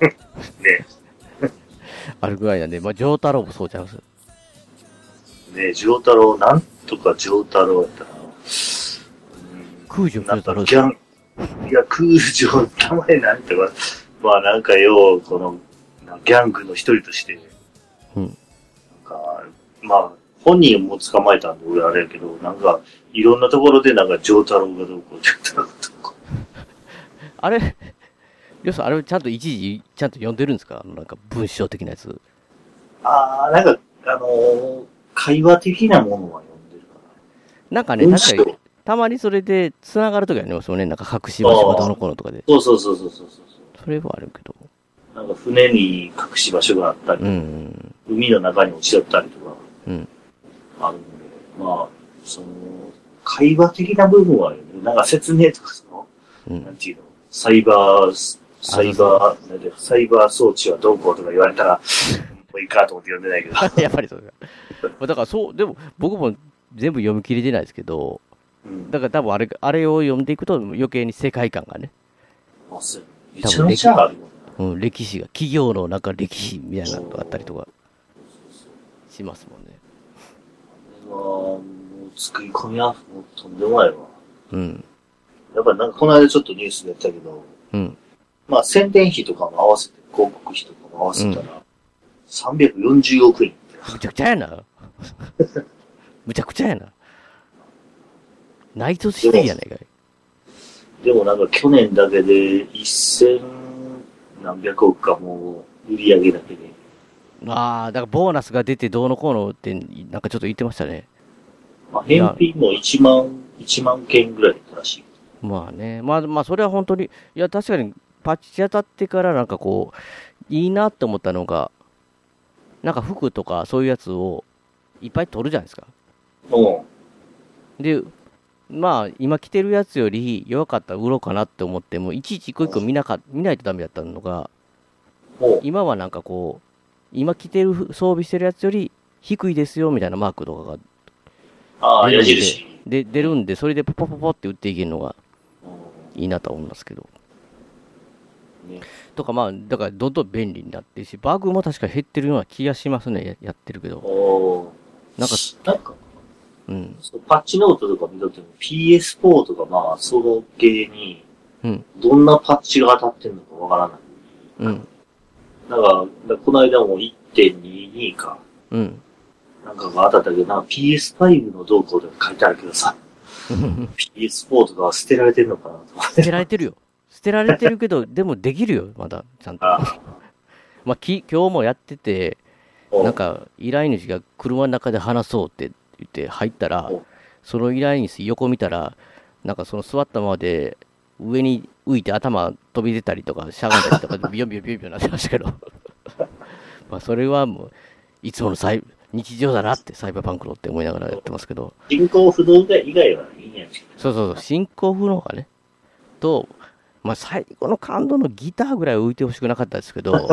S2: な。
S3: ね
S2: あるぐらいなんで、まあ、丈太郎もそうちゃうんですよ。
S3: え、ねえ、ジョータロウ、なんとかジョータロウやったら、
S2: 空女丈
S3: なんだ
S2: 太
S3: ろ
S2: 郎で
S3: う、
S2: す
S3: ギ
S2: よ
S3: ャン、いや、空城、名前なんとか、まあなんかよう、この、なギャングの一人として、
S2: うん
S3: なんか、まあ、本人も捕まえたんで、俺あれやけど、なんか、いろんなところでなんか、ジョータロウがどうこう、ジョータロウがどうこう。
S2: あれ、 りょうさん、あれをちゃんと一時、ちゃんと読んでるんですかあのなんか文章的なやつ。
S3: あー、なんか、あのー会話的なものは読んでるか
S2: なんかね、
S3: 文章
S2: 確かに、たまにそれで繋がるときありますよね。なんか隠し場所がどうのこうのとかで。
S3: な。そうそうそうそうそうそう。
S2: それはあるけど。
S3: なんか、船に隠し場所があったり、
S2: うん。
S3: 海の中に落ちちゃったりとか、
S2: うん。
S3: あるので、まあ、その、会話的な部分はあるよね。なんか説明とか、その、
S2: う
S3: なん
S2: ん。
S3: ていうの、サイバー、サイバー、なんていうのサイバー装置はどうこうとか言われたら、もういいかと思って読んでないけど。
S2: やっぱりそうだ。だからそう、でも僕も全部読み切れてないですけど、
S3: うん。
S2: だから多分あれ、あれを読んでいくと余計に世界観がね、
S3: まあ、そうめちゃめちゃあるもんな。
S2: うん、歴史が、企業のなんか歴史みたいなのがあったりとかしますもんね。
S3: これは、もう作り込みは、もうとんでもないわ。
S2: うん。
S3: やっぱりなんか、この間ちょっとニュースでやったけど、
S2: うん。
S3: まあ、宣伝費とかも合わせて、広告費とかも合わせたら、340億円って。
S2: むちゃくちゃやな。むちゃくちゃやな。ナイトシティやないかい。
S3: でもなんか去年だけで1000何百億かもう売り上げだけで。
S2: ああ、だからボーナスが出てどうのこうのって、なんかちょっと言ってましたね。
S3: まあ、返品も1万、1万件ぐらいだったらしい。
S2: まあね。まあまあ、それは本当に、いや、確かにパチ当たってからなんかこう、いいなって思ったのが、なんか服とかそういうやつをいっぱい取るじゃないですか。
S3: うん。
S2: で、まあ、今着てるやつより弱かったら売ろうかなって思っても、いちいち一個一個見なか、見ないとダメだったのが、
S3: もう、
S2: 今はなんかこう、今着てるふ装備してるやつより、低いですよみたいなマークとかが
S3: ああ、
S2: 出る
S3: 矢
S2: んで
S3: 印。
S2: で出るんで、それでポポポポって打っていけるのが
S3: う
S2: いいなとは思いますけど。
S3: んね
S2: とかまあ、だからどんどん便利になってるし、バグも確か減ってるような気がしますね、ややってるけど。
S3: おー
S2: なんか、
S3: なんか、
S2: うん。
S3: そうパッチノートとか見とっても PS4 とかまあ、その系に
S2: うん、
S3: どんなパッチが当たってるのかわからない。
S2: うん。
S3: なんか、だこの間も1.22か、
S2: うん。
S3: なんかが当たったけど、なんか PS5 の動向で書いてあるけどさ、PS4 とかは捨てられてるのかなと思っ
S2: 捨
S3: て。
S2: てられてるよ。捨てられてるけど、でもできるよ、まだ、ちゃんと。
S3: あ
S2: まあ、き今日もやってて、
S3: お
S2: なんか依頼主が車の中で話そうって言って入ったら
S3: お、
S2: その依頼主、横見たら、なんかその座ったままで、上に浮いて頭飛び出たりとか、しゃがんだりとかで、ビヨンビヨンビヨンビヨンなってましたけど、まあそれはもう、いつものサイ日常だなって、サイバーパンクのって思いながらやってますけど、
S3: 人工不動以外はいいんやんけ
S2: そうそうそう、進行風の方がね、と、まあ、最後の感動のギターぐらい浮いてほしくなかったですけど、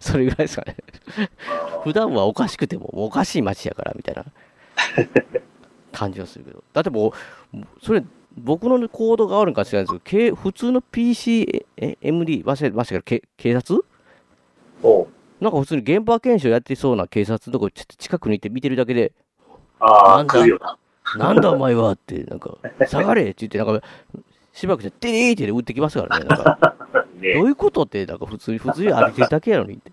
S2: それぐらいですかね。普段はおかしくても、もうおかしい街やから、みたいな感じがするけど。だってもう、それ、僕の行動があるんか知らないですけど、け普通の PC、え MD、忘れましたけど、け警察
S3: おう
S2: なんか普通に現場検証やってそうな警察のとこちょっと近くにいて見てるだけで、
S3: あ
S2: な
S3: あ、
S2: んだ
S3: 来るよな。
S2: なんだお前はって、なんか、下がれって言って、なんか、しばらくして、デーって打ってきますからね。なんか、ど
S3: ね
S2: ういうことって、なんか普通に、普通に歩いてるだけやのにって。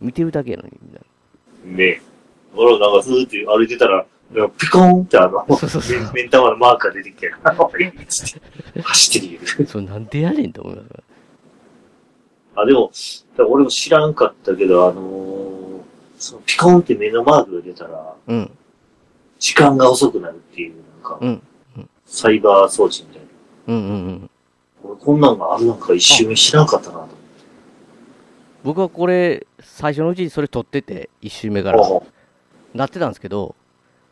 S2: 見てるだけやのに、みたい
S3: ね俺らなんかスーって歩いてたら、なんかピコーンってあの、
S2: そうそうそう
S3: 目ん玉のマークが出てきて、おいつって走って逃げ
S2: な。
S3: る。
S2: それなんでやねんと思いますから。
S3: あ、でも、多分俺も知らんかったけど、あのーそのピコーンって目のマークが出たら、
S2: うん、
S3: 時間が遅くなるっていう、なんか、
S2: うん、
S3: サイバー装置みたいな。
S2: うん、うん、うん。
S3: 俺こんなんがあるなんか一瞬知らんかったなと
S2: 僕はこれ、最初のうちにそれ撮ってて、1周目から、
S3: 思って。
S2: なってたんですけど、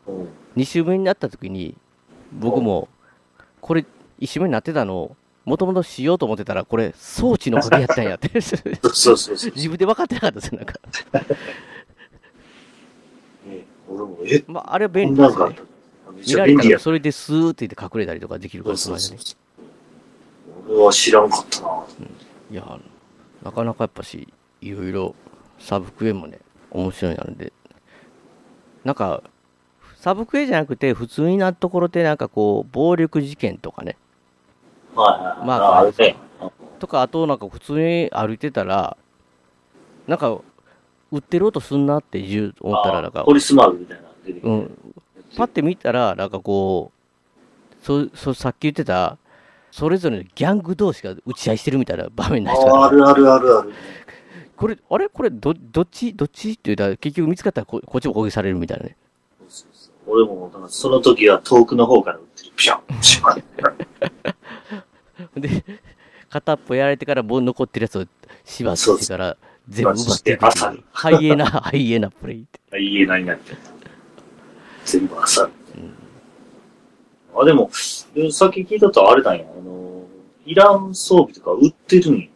S3: うんうん
S2: 2周目になった時に、僕も、これ、1周目になってたのを、もともとしようと思ってたら、これ、装置のおかげやったんやって。
S3: そうそうそうそう。
S2: 自分で分かってなかったですよ、なんか。
S3: ね俺も、え、
S2: まあ、あれは
S3: こ
S2: 便
S3: ん
S2: 利
S3: な
S2: で
S3: ん
S2: す
S3: があ
S2: よ
S3: っ
S2: ね
S3: た。。めっ
S2: 見
S3: ちゃ
S2: られ
S3: 便
S2: た
S3: 利や
S2: らそれでスーって言って隠れたりとかできるか
S3: そう
S2: らす
S3: そ
S2: ご
S3: う
S2: い
S3: そ
S2: ね
S3: う。。俺は知らんかったな。
S2: いやあのなかなかやっぱしいろいろサブクエもね面白いなのでなんかサブクエじゃなくて普通になところでなんかこう暴力事件とかね
S3: はいはいはい。
S2: まあ
S3: あ、あれね。
S2: とかあとなんか普通に歩いてたらなんか売ってる音すんなって銃思ったらなん
S3: あ
S2: か
S3: ポリスマークみたいなの出てきて。
S2: うんパッて見たら、なんかこう、そそさっき言ってた、それぞれのギャング同士が打ち合いしてるみたいな 場面になり
S3: ああるあるあるある。
S2: これ、あれこれど、どっちどっちって言うたら、結局見つかったらここっちも攻撃されるみたいなね。
S3: そうそうそう俺も、だからその時は遠くの方から撃ってる。ピシャン、ピシャン。
S2: で、片っぽやられてから、もう残ってるやつを始末してから、全部奪っていく
S3: 始末して朝に
S2: ハイエナ、ハイエナプレイって。
S3: 言えないなって。全部朝。あ、でも、えさっき聞いたとあれなんや。あの、イラン装備とか売ってるんや。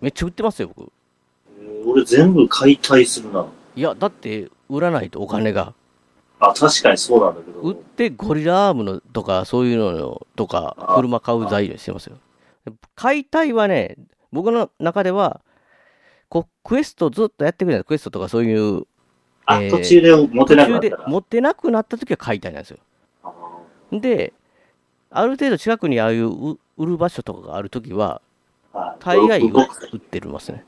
S2: めっちゃ売ってますよ、僕。
S3: えー俺全部解体するな。
S2: いや、だって、売らないとお金が。
S3: あ、確かにそうなんだけ
S2: 売っ
S3: ど。
S2: てゴリラアームのとか、そういうのとか、
S3: あ
S2: 車買う材料にしてますよ。解体はね、僕の中では、こうクエストずっとやってくれないクエストとかそういう、
S3: あ、
S2: えー
S3: 途中で持て
S2: 途
S3: なくな
S2: 中
S3: っ
S2: で
S3: たら。
S2: 持ってなくなった時は解体なんですよ。
S3: あー
S2: で、ある程度近くにああいうう売る場所とかがある時は、
S3: はい
S2: 大概
S3: ロッ
S2: 売
S3: ク
S2: 売ってますね。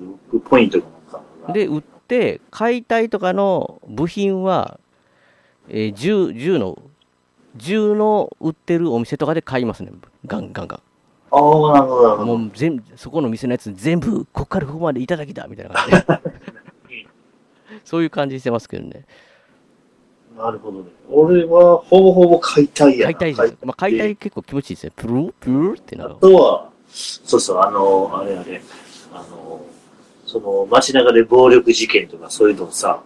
S3: ロックポイントがなんかあるな
S2: で、売って、解体とかの部品は、えー銃、銃の、銃の売ってるお店とかで買いますね。ガンガンガン。
S3: ああ、なるほど、なるほど。
S2: もう全部そこの店のやつ全部ここからここまでいただきだみたいな感じでそういう感じしてますけどね
S3: なるほどね。俺は、ほぼほぼ解体や
S2: 解
S3: な。
S2: 体じゃん、まあ、解体結構気持ちいいですねプループルーってな
S3: あ
S2: る
S3: とは、そうそう、あの、あれあれ、あの、その、街中で暴力事件とかそういうのをさ、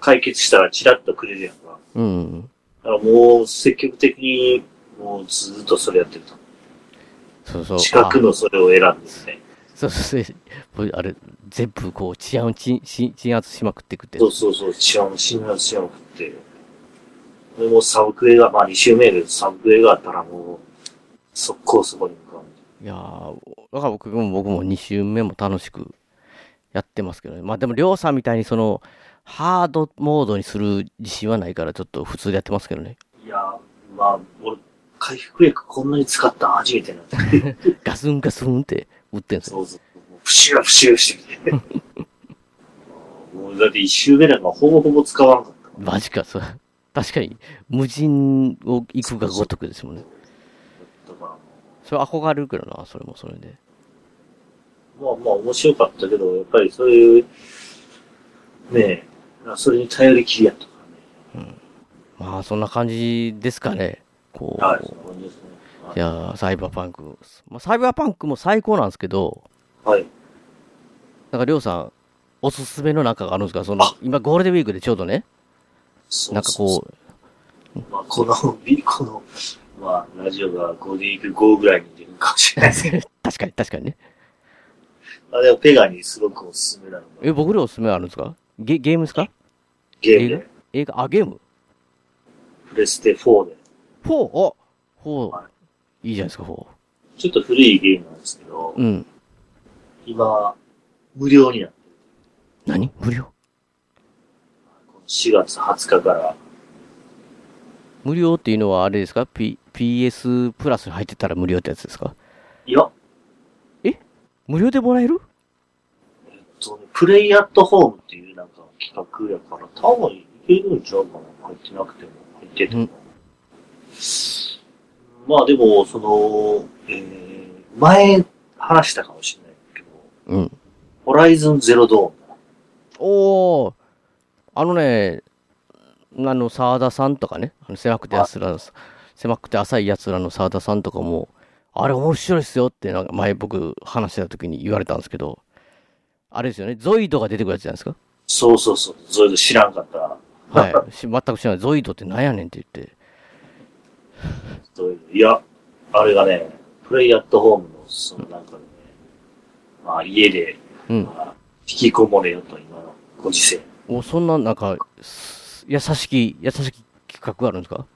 S3: 解決したらチラッとくれるやんか。
S2: うん
S3: だからもう、積極的に、もうずっとそれやってると。
S2: そうそう
S3: 近く
S2: あ
S3: のそれを選んでね。
S2: そうそうそう。 あれ、全部こう、治安を鎮鎮鎮圧しまくっていくって
S3: そ。うそうそう、治安、信頼しなくて。でもうサブクエが、まあ2周目でサブクエがあったらもう、速攻そこに向かう。
S2: いやー、だから僕も僕も2周目も楽しくやってますけどね。まあでも、りょうさんみたいにその、ハードモードにする自信はないから、ちょっと普通でやってますけどね。
S3: いやー、まあ、俺、回復薬こんなに使ったの初めてなんだけど
S2: ガスンガスンって打ってんすよ。
S3: そうそう。プシュープシューしてみて。もうだって一周目なんかほぼほぼ使わんかった。
S2: マジか、それ。確かに、無人を行くがごとくですもんね。
S3: だから、
S2: それ憧れるけどな、それもそれで。
S3: まあまあ面白かったけど、やっぱりそういう、ねえ、それに頼りきりやったか
S2: まあ、そんな感じですかね。こう。
S3: らね。はい、そんな感じですね。
S2: いやーサイバーパンク。まあ、サイバーパンクも最高なんですけど、
S3: はい。
S2: なんか、りょうさん、おすすめのなんかがあるんですかその
S3: あ、
S2: 今、ゴールデンウィークでちょうどね、
S3: そう
S2: なんか
S3: そう
S2: こ う、
S3: そうまあ、この、 ビこの、まあ、ラジオがゴールデンウィーク5ぐらいに出るかもしれないですけど、
S2: 確かに、確かにね。
S3: あでもペガにすごくおすすめなのが
S2: え、僕らおすすめあるんですかゲゲームですか
S3: ゲームで、
S2: 映画あ、ゲーム
S3: プレステ4で、
S2: ?4? お !4
S3: は。
S2: いいじゃないですか、4。
S3: ちょっと古いゲームなんですけど、
S2: うん。
S3: 今、無料になってる。
S2: 何無料
S3: この4月20日から、
S2: 無料っていうのはあれですか、P、?PS プラスに入ってたら無料ってやつですか
S3: いや、
S2: 無料でもらえる
S3: そうねプレイアットホームっていうなんか企画やから、多分いけるんちゃうかな。入ってなくても、入ってても。
S2: うん
S3: まあでも、その、えー、前話したかもしれないけど、
S2: うん。
S3: ホライズンゼロドーン。
S2: おー、あのね、あの、沢田さんとかね、あの狭くて安ら、狭くて浅い奴らの沢田さんとかも、あれ面白いっすよって、なんか前僕話してた時に言われたんですけど、あれですよね、ゾイドが出てくるやつじゃないですか。
S3: そうそうそう、それで知らんかったら、
S2: はい。し全く知らない。ゾイドってなんやねんって言って。
S3: そういういや、あれがね、プレイアットホームの、そのなんかね、まあ家で、
S2: うん。
S3: まあ引きこもれよと、今のご時世。
S2: おそんな、なんか、す優しき、優しき企画あるんですか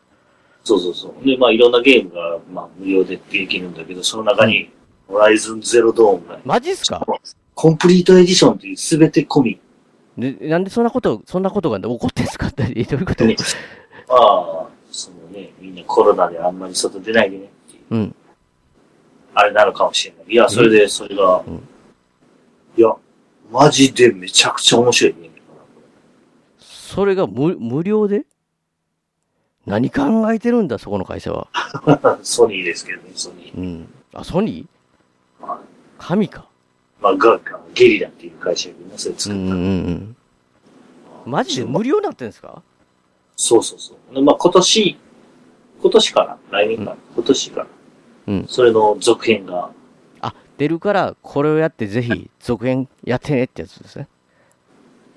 S3: そうそうそう。で、まあ、いろんなゲームが、まあ、無料でできるんだけど、その中に、ホライズンゼロドーンが、
S2: マジっすか
S3: コンプリートエディションという全て込み。
S2: でなんでそんなこと、そんなことが起こってんすかって、えどういうこと
S3: ねまあ、そのね、みんなコロナであんまり外出ないでねっていう、
S2: うん。
S3: あれなのかもしれない。いや、それで、それが、
S2: うん
S3: いや、マジでめちゃくちゃ面白いゲームだなこれ
S2: それが無無料で何考えてるんだ、そこの会社は。
S3: ソニーですけどね、ソニー。
S2: うん。あ、ソニー
S3: はい
S2: 神か。
S3: まあ、ガゲリラっていう会社がね、それ
S2: う
S3: 作
S2: ん
S3: っ
S2: う
S3: た。
S2: んうん。マジで無料になってんですか
S3: そうそうそう。でまあ、今年、今年かな来年かな、今年かな
S2: うん
S3: それの続編が、
S2: あ、出るから、これをやってぜひ続編やってねってやつですね。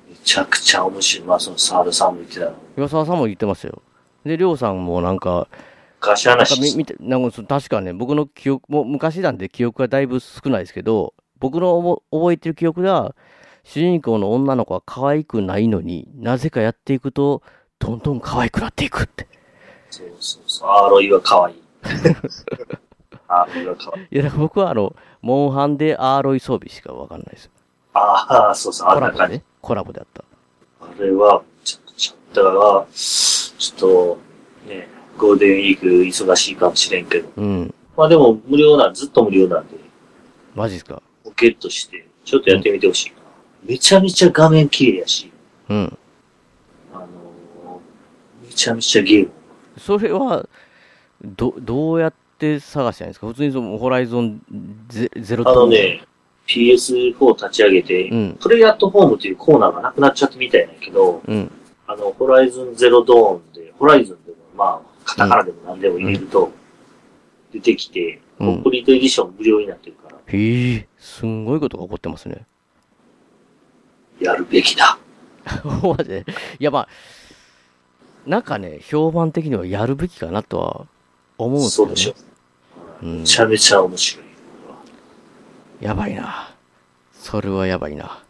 S3: めちゃくちゃ面白い。まあ、そのサールさんも言ってたの。
S2: 岩沢さんも言ってましたよ。で、りょうさんもなんか、
S3: 昔
S2: なんか
S3: 話
S2: み見てなんかそう確かね、僕の記憶もう昔なんで記憶がだいぶ少ないですけど、僕の思覚えてる記憶では、主人公の女の子は可愛くないのになぜかやっていくと、どんどん可愛くなっていくって。
S3: そうそうそう。アーロイは可 愛い。アーロイは可愛い。
S2: いや、だから僕はあの、モンハンでアーロイ装備しかわかんないです。
S3: ああ、そうそう。あ
S2: コ
S3: ん
S2: ラ
S3: な
S2: ボで
S3: 感じ。
S2: ね。コラボであった。
S3: あれは、めちゃくちゃ。だから、ちょっと、ね、ゴールデンウィーク忙しいかもしれんけど。
S2: うん。
S3: まあでも、無料なん、ずっと無料なんで、
S2: マジっすか。
S3: ゲットして、ちょっとやってみてほしいな。めちゃめちゃ画面綺麗やし、
S2: うん。
S3: あのーめちゃめちゃゲーム。
S2: それは、ど、どうやって探したらいいんですか普通にそのホライゾンゼゼロ
S3: あ
S2: と
S3: のね、PS4 立ち上げて、
S2: うん
S3: プレイアットホームというコーナーがなくなっちゃったみたいなんやけど、
S2: うん。
S3: あの、ホライズンゼロドーンで、ホライズンでも、まあ、カタカナでも何でも入れると、出てき
S2: うん
S3: て、コンプリートエディション無料になってるから、
S2: へえ、すんごいことが起こってますね。
S3: やるべきだ。
S2: マジで。いや、まあ、なんかね、評判的にはやるべきかなとは思うんですけ
S3: そ
S2: ど、
S3: う
S2: ね。
S3: でしょ。
S2: う
S3: め
S2: ん。
S3: ちゃめちゃ面白い。
S2: やばいな。それはやばいな。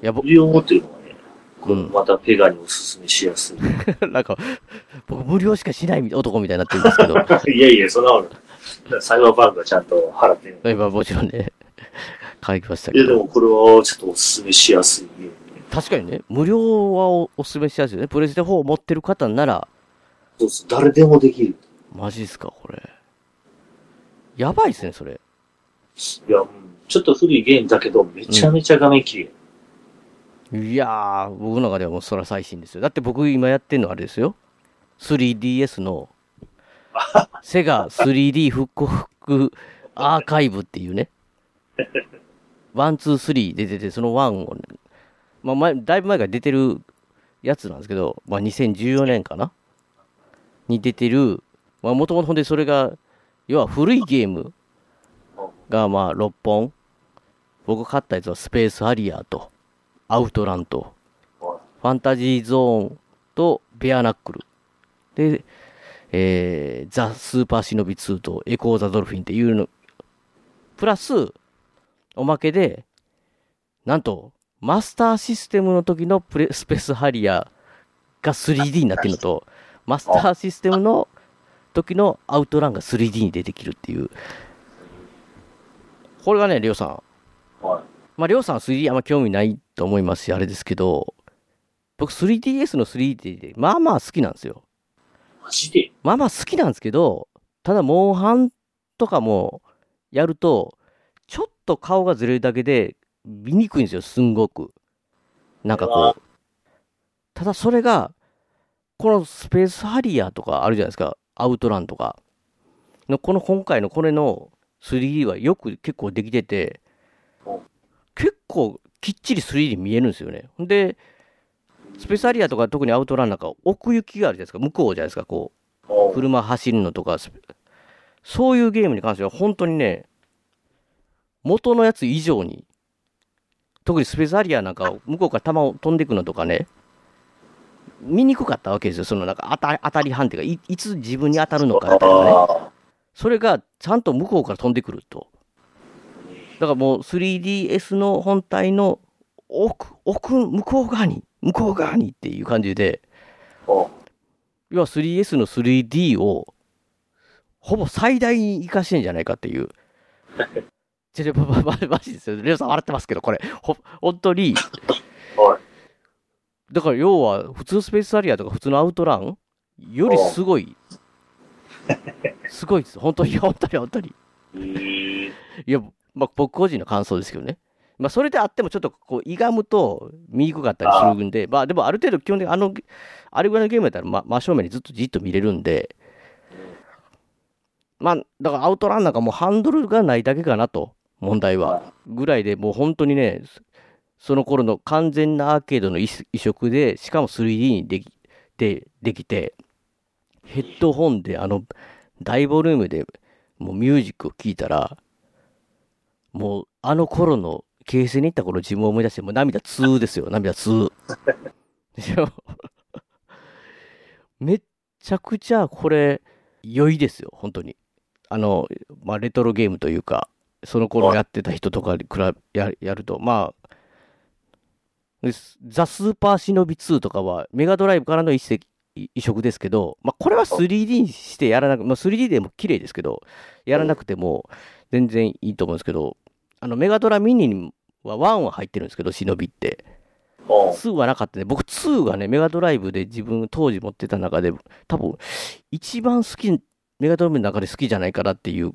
S2: やば
S3: そ、れを持ってるのがね、
S2: う
S3: こ
S2: ん
S3: うまたペガにおすすめしやすい。
S2: なんか、僕無料しかしないみ男みたいになってるんです けど。
S3: いやいや、そんなことない。サイバーバンクがちゃんと払ってる。
S2: 今もちろんね、書きました
S3: い
S2: け
S3: や、で
S2: ど。
S3: もこれはちょっとおすすめしやすいゲームで。
S2: 確かにね、無料はおおすすめしやすいよね。プレステ4を持ってる方なら、
S3: そうそう、誰でもできる。
S2: マジっすか、これ。やばいっすね、それ。
S3: いや、うんちょっと古いゲームだけど、めちゃめちゃ画面綺麗。
S2: いやー、僕の中ではもうそら最新ですよ。だって僕今やってんのあれですよ。3DS の、セガ 3D 復刻アーカイブっていうね。ワン、ツー、スリーで出てて、そのワンをね、まあ前、だいぶ前から出てるやつなんですけど、まあ2014年かなに出てる、まあもともとほんでそれが、要は古いゲームがまあ6本。僕買ったやつはスペースハリアーと、アウトランと、
S3: は
S2: ファンタジーゾーンとベアナックル。で、えーザ・スーパーシノビ2とエコー・ザ・ドルフィンっていうの、プラス、おまけで、なんと、マスターシステムの時のプレスペースハリアが 3D になってるのと、マスターシステムの時のアウトランが 3D に出てきるっていう。これがね、りょうさん、
S3: はい。
S2: まあ、りょうさんは 3D あんま興味ないと思いますし、あれですけど、僕 3DS の 3D で、まあまあ好きなんですよ。
S3: マジで
S2: まあまあ好きなんですけど、ただ、モンハンとかもやると、ちょっと顔がずれるだけで、見にくいんですよ、すんごく。なんかこう。ただ、それが、このスペースハリアーとかあるじゃないですか、アウトランとか。の、この今回のこれの 3D はよく結構できてて
S3: うん、
S2: 結構きっちり 3D 見えるんですよね。ほんで、スペースハリアーとか特にアウトランなんか奥行きがあるじゃないですか、向こうじゃないですか、こう。
S3: おう
S2: 車走るのとか、そういうゲームに関しては本当にね、元のやつ以上に、特にスペースアリアなんか向こうから弾を飛んでいくのとかね、見にくかったわけですよ。そのなんか当た当たり判定がい、いつ自分に当たるのかみたいなね。
S3: あ
S2: それがちゃんと向こうから飛んでくると。だからもう 3DS の本体の奥、奥、向こう側に、向こう側にっていう感じで、
S3: ーおう
S2: 要は 3S の 3D をほぼ最大に活かしてんじゃないかっていう。ちょちょ、ま、ま、ま マジですよ。レオさん笑ってますけど、これ、ほ、本当に、
S3: はい。
S2: だから要は、普通スペースアリアとか普通のアウトランよりすごい、すごいです。本当に、本当に、本当に。
S3: えー
S2: いや、まあ、僕個人の感想ですけどね。まあ、それであっても、ちょっとこう、いがむと見にくかったりするんで、まあ、でもある程度、基本的にあの、あれぐらいのゲームやったら、ま、真正面にずっとじっと見れるんで、まあ、だからアウトランなんかもうハンドルがないだけかなと、問題は。ぐらいでもう本当にね、そその頃の完全なアーケードの移移植で、しかも 3D にできて、できて、ヘッドホンで、あの、大ボリュームで、もうミュージックを聴いたら、もうあの頃の、形成に行った頃自分を思い出して、もう涙2ですよ、涙2。でしょめっちゃくちゃこれ、良いですよ、本当に。あの、まあ、レトロゲームというか、その頃やってた人とかに比べややると、まあ、ですザ・スーパーシノビ2とかは、メガドライブからの一石移植ですけど、まあ、これは 3D にしてやらなく、まあ、3D でも綺麗ですけど、やらなくても全然いいと思うんですけど、あのメガドラミニには1は入ってるんですけど、忍びって。
S3: おう
S2: 2はなかったね。僕2がね、メガドライブで自分当時持ってた中で、多分一番好き、メガドライブの中で好きじゃないかなっていう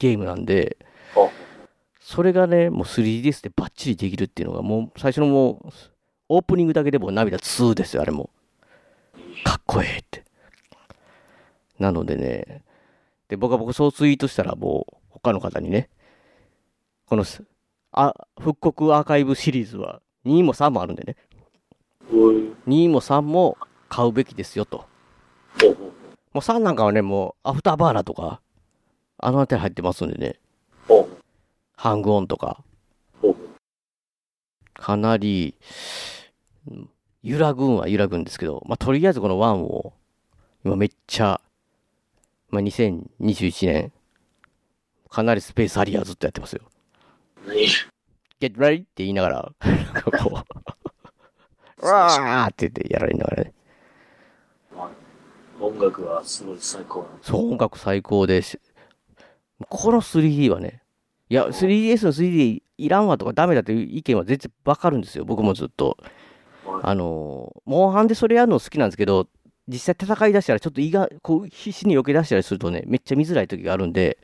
S2: ゲームなんで
S3: あ、
S2: それがね、もう 3DS でバッチリできるっていうのが、もう最初のもう、オープニングだけでもう涙2ですよ、あれも。かっこええって。なのでね、で、僕は僕そうツイートしたらもう、他の方にね、このす、あ、復刻アーカイブシリーズは2も3もあるんでね、
S3: おい
S2: 2も3も買うべきですよと。
S3: おうおう
S2: もう3なんかはね、もうアフターバーナーとか、あのあたり入ってますんでね、
S3: おう
S2: ハングオンとか、
S3: おう
S2: かなり、うん揺らぐんは揺らぐんですけど、まあ、とりあえずこの1を、今めっちゃ、まあ、2021年、かなりスペースアリアずっとやってますよ。
S3: え何
S2: get ready って言いながら、なんかこう、わーって言ってやられながらね。
S3: 音楽はすごい最高なんで
S2: そう、音楽最高です。この 3D はね、いや、3DS の 3D いらんわとかダメだという意見は全然わかるんですよ。僕もずっと。あのー、モンハンでそれやるの好きなんですけど、実際戦い出したらちょっと胃が、こう、必死に避け出したりするとね、めっちゃ見づらい時があるんで、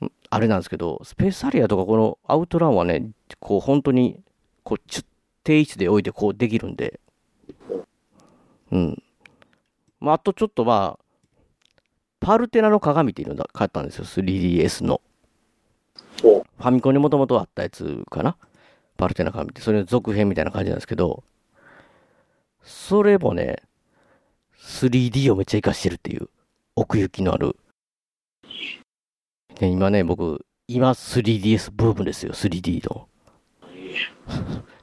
S2: んあれなんですけど、スペースアリアとかこのアウトランはね、こう、本当に、こう、ちょ定位置で置いてこうできるんで、うん。まあ、あとちょっとまあ、パルテナの鏡っていうのが買ったんですよ、3DS の。
S3: お
S2: ファミコンにもともとあったやつかな。パルテナ鏡って、それの続編みたいな感じなんですけど、それもね、3D をめっちゃ活かしてるっていう、奥行きのある。ね、今ね、僕、今 3DS ブームですよ、3D の。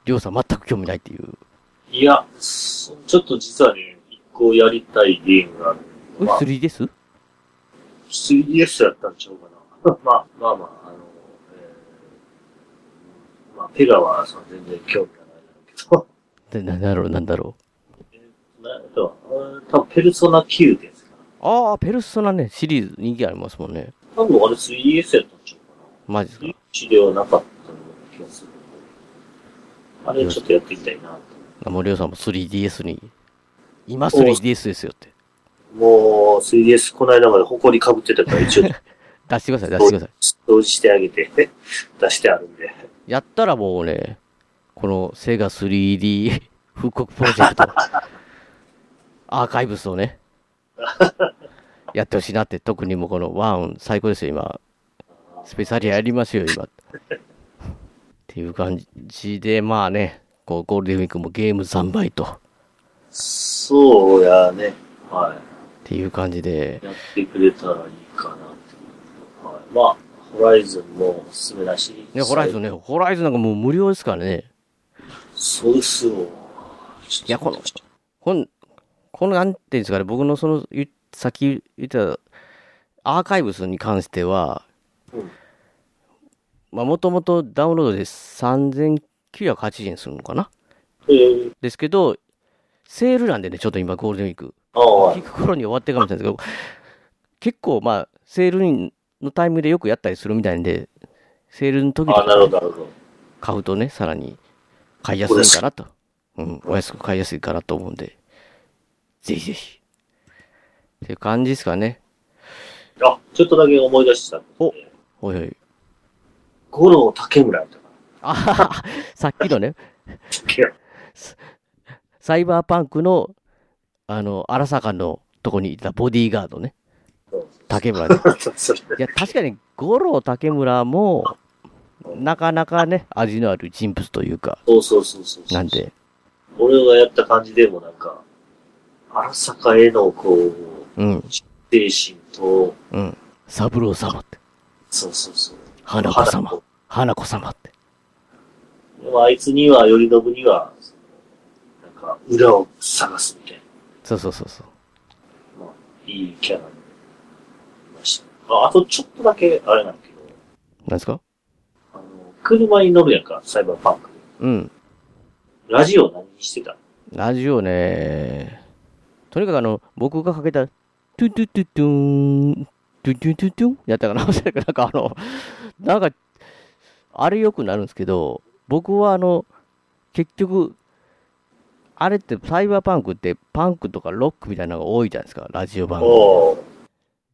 S2: りょうさん全く興味ないっていう。
S3: いや、そちょっと実はね、一個やりたいゲームがある。
S2: え
S3: まあ
S2: 3DS?
S3: 3DS やったんちゃうかな。ま あまあまあ、あの、えー、まあ、ペガはその全然興味がない
S2: でななんだ
S3: だ ろう
S2: ろう、なんだろ
S3: けど、なんとは、多分ペルソナ9ってやつか
S2: う。ああ、ペルソナね、シリーズ人気ありますもんね。
S3: な。多分あれ 3DS やったんちゃうかな。
S2: マジですか。
S3: 1ではなかったような気がする。あれちょっとやってみたいなと。
S2: あもうりょうさんも 3DS に、今 3DS ですよって。
S3: もう 3DS この間まで埃かぶってたから一応
S2: 出してください、出してください。
S3: 掃除してあげて、 出してあるんで。
S2: やったらもうね、このセガ 3D 復刻プロジェクト、 アーカイブスをね、やってほしいなって、特にもうこのワン最高ですよ、今。スペースアリアやりましょうよ、今。っていう感じで、まあね、こうゴールデンウィークもゲーム3倍と、っ
S3: そうやね。は
S2: ていう感じで
S3: い。、やってくれたらいいかなって。はい、まあ、ホライズンもおすすめだし。
S2: ね、ホライズンね、ホライズンなんかもう無料ですからね。
S3: そうですよ。
S2: いや、この、この、この、なんていうんですかね、僕のその、ゆさっき言った、アーカイブスに関しては
S3: うん、
S2: まあ、もともとダウンロードで3980円するのかな
S3: えー、
S2: ですけど、セールなんでね、ちょっと今、ゴールデンウィーク、
S3: ああ、はい
S2: 聞く頃に終わってるかもしれないですけど、結構、まあ、セールのタイミングでよくやったりするみたいんで、セールの時とか
S3: ああ、なるほど、なるほど。
S2: 買うとね、さらに買いやすいかなと。うん、お安く買いやすいかなと思うんで、ぜひぜひ。っていう感じですかね。
S3: あ、ちょっとだけ思い出した。
S2: おおいおい。
S3: 五郎竹村やったか
S2: あははさっきのね、
S3: な。
S2: サイバーパンクの、あの、荒坂のとこにいたボディーガードね。竹村ね。
S3: それ
S2: いや、確かに、五郎竹村も、なかなかね、味のある人物というか、
S3: そうそうそうそうそう。
S2: なんで、
S3: 俺がやった感じでもなんか、荒坂へのこう、
S2: うん、
S3: 精神と、
S2: うん。三郎様って、
S3: そうそうそう。
S2: 花子様、花子様って。
S3: でもあいつには、頼信には、なんか、裏を探すみたい
S2: そうそうそうそう。
S3: な、まあ、いいキャラになりました。ああとちょっとだけ、あれなんだけど、
S2: なんですか
S3: あの、車に乗るやんか、サイバーパンク。
S2: うん。
S3: ラジオ何にしてた
S2: ラジオね。とにかくあの、僕がかけた、トゥトゥトゥトゥーン、トゥトゥトゥトゥンやったかな忘れたけどなんかあの、なんか、あれよくなるんですけど、僕はあの、結局、あれってサイバーパンクってパンクとかロックみたいなのが多いじゃないですか、ラジオ番組。
S3: お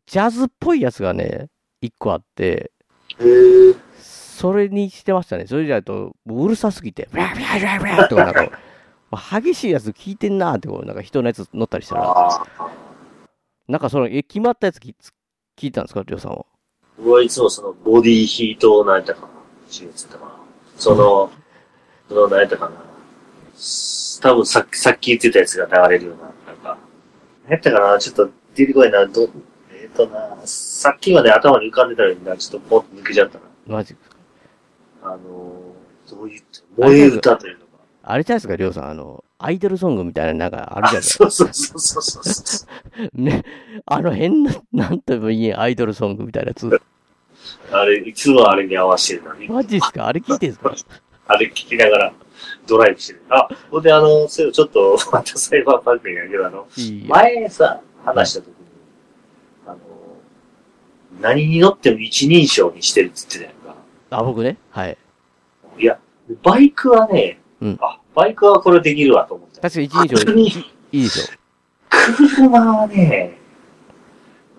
S2: ジャズっぽいやつがね、一個あって、
S3: ー。へえ。
S2: それにしてましたね。それじゃないと、もううるさすぎて、ブラブラブラブラとか、なんか、 まあ激しいやつ聞いてんなーって、こう、なんか人のやつ乗ったりしたら、
S3: ああ。
S2: なんかその、え、決まったやつ聞聞いたんですか、りょうさんは。
S3: 僕はいつもその、ボディヒートを何やったかな、知ってたかな。その、その何やったかな。多分さっき、さっき言ってたやつが流れるような、なんか。何やったかな、ちょっと出てこないな、ど、えっ、とな、さっきまで頭に浮かんでたのにな、ちょっとポンと抜けちゃったな。
S2: マジですか。
S3: あのー、どういう、燃え歌というのか。
S2: あれじゃないですか、りょうさん、あの、アイドルソングみたいな、なんか、あるじゃない
S3: あ、
S2: ですか。
S3: そうそうそうそうそうそう。
S2: ね、あの変な、なんとも言えんアイドルソングみたいなやつ。
S3: あれ、いつもあれに合わせてるのに。
S2: マジっすかあれ聞いてんすか
S3: あれ聞きながらドライブしてる。あ、ほんであの、それちょっと、またサイバーパンクにやけど、あの、
S2: いいよ
S3: 前さ、話した時に、あの、何に乗っても一人称にしてるって言ってたやんか。
S2: あ、僕ね。はい。
S3: いや、バイクはね、
S2: うん
S3: あ、バイクはこれできるわと思った。
S2: 確かに一人称
S3: 逆
S2: い
S3: に
S2: いでしょ。
S3: 車はね、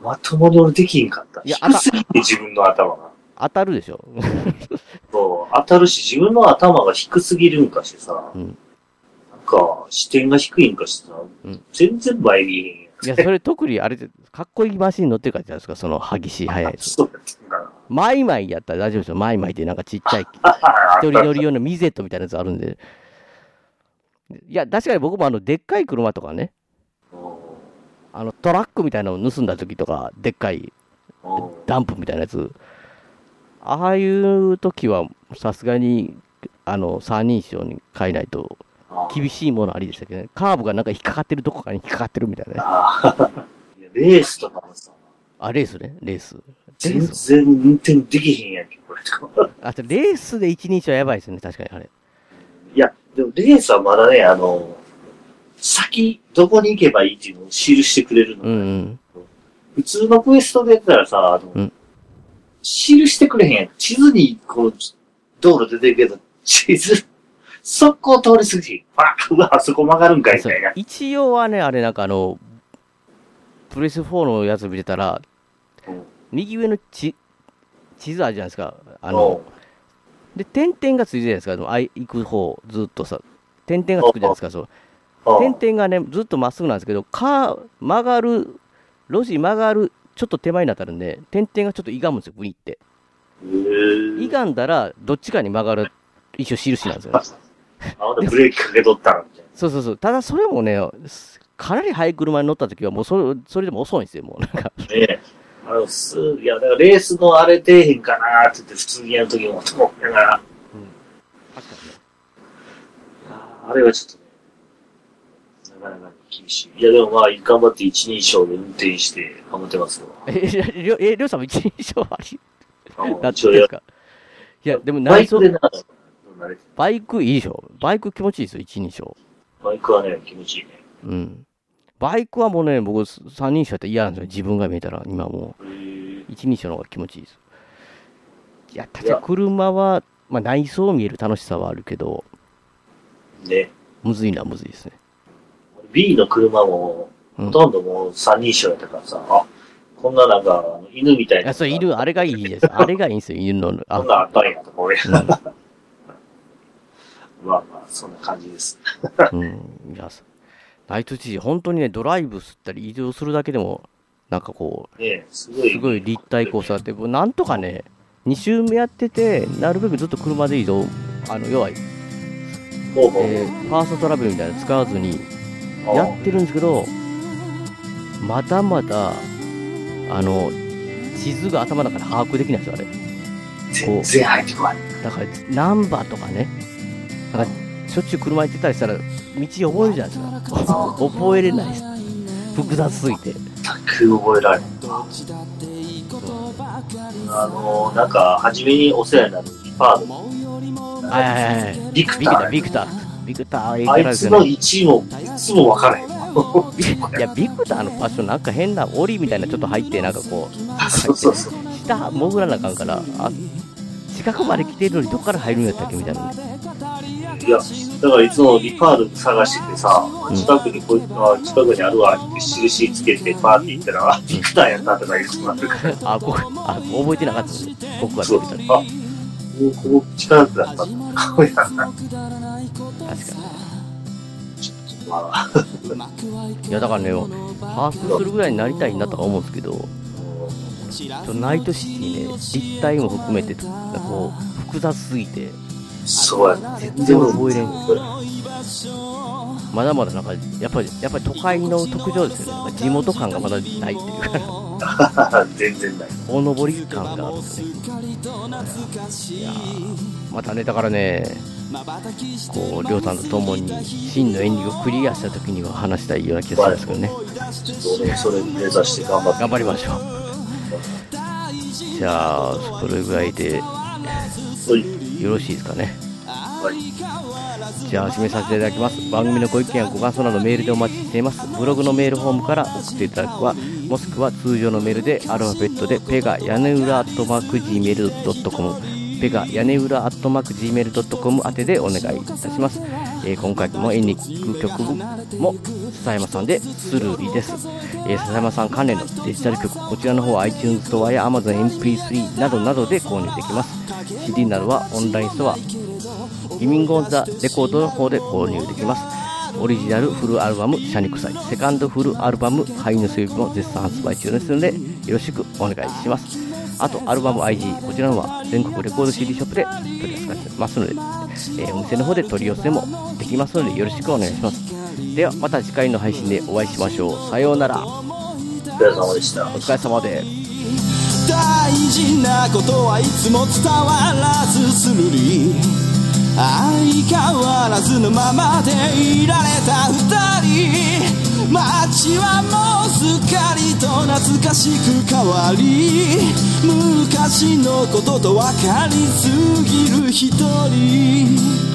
S3: まともに俺できんかった。
S2: いや
S3: 低すぎて自分の頭が。
S2: 当たるでしょ。
S3: そう、当たるし、自分の頭が低すぎるんかしてさ、
S2: うん
S3: なんか、視点が低いんかしてさ、
S2: うん
S3: 全然前見えへんやん。
S2: いや、それ特にあれで、かっこいいマシン乗ってるからじゃないですか、その激しい速いやつ。
S3: そうやってんかな。
S2: マイマイやったら大丈夫ですよ。マイマイってなんかちっちゃい、
S3: あ
S2: 一人乗り用のミゼットみたいなやつあるんで。いや、確かに僕もあの、でっかい車とかね、あの、トラックみたいなのを盗んだ時とか、でっかいダンプみたいなやつ、ああいう時は、さすがに、あの、三人称に変えないと、厳しいものありでしたけどね。カーブがなんか引っかかってるどこかに引っかかってるみたいなね。
S3: あいやレースとかもさ、
S2: あ、レースね、レース。レ
S3: 全
S2: ース
S3: 然運転できへんやんけ、これとか。
S2: あと、レースで一人称はやばいですね、確かにあれ。
S3: いや、でもレースはまだね、あの、先、どこに行けばいいっていうのを記してくれるの。
S2: うんうん。
S3: 普通のクエストでやったらさ、あの、
S2: うん
S3: 記してくれへんやん。地図に、こう、道路出てるけど、地図、 速攻通り過ぎ、あ、うわ、あそこ曲がるんかい、み
S2: そ
S3: た
S2: う
S3: いな。
S2: 一応はね、あれなんかあの、プレス4のやつ見てたら
S3: うん、
S2: 右上の地、地図あるじゃないですか。あの、で、点々がついてるじゃないですか。あのあい行く方、ずっとさ、点々がつくじゃないですか。そう。
S3: うん、うん
S2: 点々がね、ずっとまっすぐなんですけど、か、曲がる、路地曲がる、ちょっと手前になったるんで、点々がちょっと歪むんですよ、ブニって。
S3: へー
S2: 歪んだら、どっちかに曲がる、一応印なんですよね。
S3: あ、ほんでブレーキかけとったら、みたいな。
S2: そうそうそう。ただそれもね、かなり速い車に乗った時は、もうそれ、それでも遅いんですよ、もうなんか。
S3: ねえ。あの、す、いや、だからレースのあれ出えへんかなーって言って普通にやるときもと思いながら、あれはちょっとね、なかなか厳しい。いや、でもまあ、頑張って一人称で運転して頑張ってますわ。
S2: え、りょえりょうさんも一人称あり
S3: あの
S2: だって
S3: 一応
S2: で
S3: や
S2: す、かいや、でも
S3: バ
S2: 内
S3: イ
S2: 装
S3: ク、でな、慣れて
S2: バイクいいでしょ。バイク気持ちいいですよ、一人称。
S3: バイクはね、気持ちいいね。
S2: うん。バイクはもうね、僕、三人称やったら嫌なんですよ。自分が見えたら、今も
S3: へー
S2: う、一人称の方が気持ちいいです。いや、確かに車は、まあ内装を見える楽しさはあるけど、
S3: ね。
S2: むずいな、むずいですね。
S3: B の車も、
S2: うん
S3: ほとんどもう三人称やったからさ、あ、こんななんか、あの犬みた
S2: い
S3: いな。
S2: や、それ犬、あれがいいです。あれがいいんですよ、犬の。
S3: こ
S2: あ
S3: んなんあったんやとか、俺。
S2: うん
S3: まあまあ、そんな感じです。
S2: うん、いや、そナイト知事、本当にね、ドライブすったり移動するだけでも、なんかこ
S3: ねえ、すご
S2: う、
S3: い。
S2: すごい立体交差って、もうなんとかね、2周目やってて、なるべくずっと車で移動、あの、要は、え
S3: ほうほう
S2: ーファーストトラベルみたいなの使わずにやってるんですけど、まだまだ、あの、地図が頭の中で把握できないんですよ、あれ。
S3: 全然入ってこない。
S2: だから、ナンバーとかね、なんか、しょっちゅう車行ってたりしたら、道覚えるじゃないですか。覚えれないです。複雑すぎて。
S3: 全く覚えられない。あの、なんか、初めにお世話になるリパード。
S2: はいはいはい
S3: ビク
S2: ビク
S3: タ
S2: ター、
S3: ー。
S2: ビクター。ビクター、ええキ
S3: あ
S2: ャラ
S3: い
S2: です
S3: つ
S2: よ
S3: の
S2: ね。い
S3: 1位も、いつもわからへん。
S2: や、ビクターのファッション、なんか変な檻みたいなちょっと入って、なんかこう、
S3: そうそうそう。
S2: 下潜らなあかんから、あ、近くまで来てるのにどっから入るんやったっけみたいなね。
S3: いや、だからいつもリパード探しててさ、近くにこいつは近くにあるわって印つけてパーって行ったら、あビクターやったとか言うとなってから、
S2: あ、ここ、あ、覚えてなかったんで、ここが
S3: そ
S2: ビク
S3: う
S2: ター。
S3: あ、もうここ近くだったんだ。こうやな。
S2: 確か
S3: まあ、
S2: に。いや、だからね、把握するぐらいになりたいなとか思うんですけど、ちょっとナイトシティね、立体も含めて、なんかこう、複雑すぎて、
S3: そうやな。
S2: 全然覚えれん。まだまだなんか、やっぱり、やっぱり都会の特徴ですよね。なんか地元感がまだないっていうか、
S3: 全然ない。
S2: 大登り感があるんですね。いやーまたね、だからね、こう、りょうさんと共に、真の演技をクリアした時には話したいような気がするんですけどね。
S3: ちょっと俺もそれ目指して頑張って。
S2: 頑張りましょう。じゃあ、それぐらいでよ
S3: はい。
S2: ろしいですかね。
S3: はい。
S2: じゃあ締めさせていただきます番組のご意見やご感想などメールでお待ちしていますブログのメールフォームから送っていただくはもしくは通常のメールでアルファベットでペガ屋根裏アットマーク Gmail.com ペガ屋根裏アットマーク Gmail.com 宛てでお願いいたします、えー今回も演に聞く曲も笹山さんでスルリです、えー笹山さん関連のデジタル曲こちらの方は iTunes ストアや AmazonMP3 などなどで購入できます CD などはオンラインストアギミング・オン・ザ・レコードの方で購入できます。オリジナルフルアルバム、シャニクサイ、セカンドフルアルバム、ハイヌスイープも絶賛発売中ですので、よろしくお願いします。あと、アルバム IG、こちらの方は全国レコード CD ショップで取り扱ってますので、えーお店の方で取り寄せもできますので、よろしくお願いします。では、また次回の配信でお会いしましょう。さようなら。お
S3: お疲れ様でした。
S2: 疲れ様です。
S1: 大事なことはいつも伝わらずするり相変わらずのままでいられた二人街はもうすっかりと懐かしく変わり昔のことと分かりすぎる一人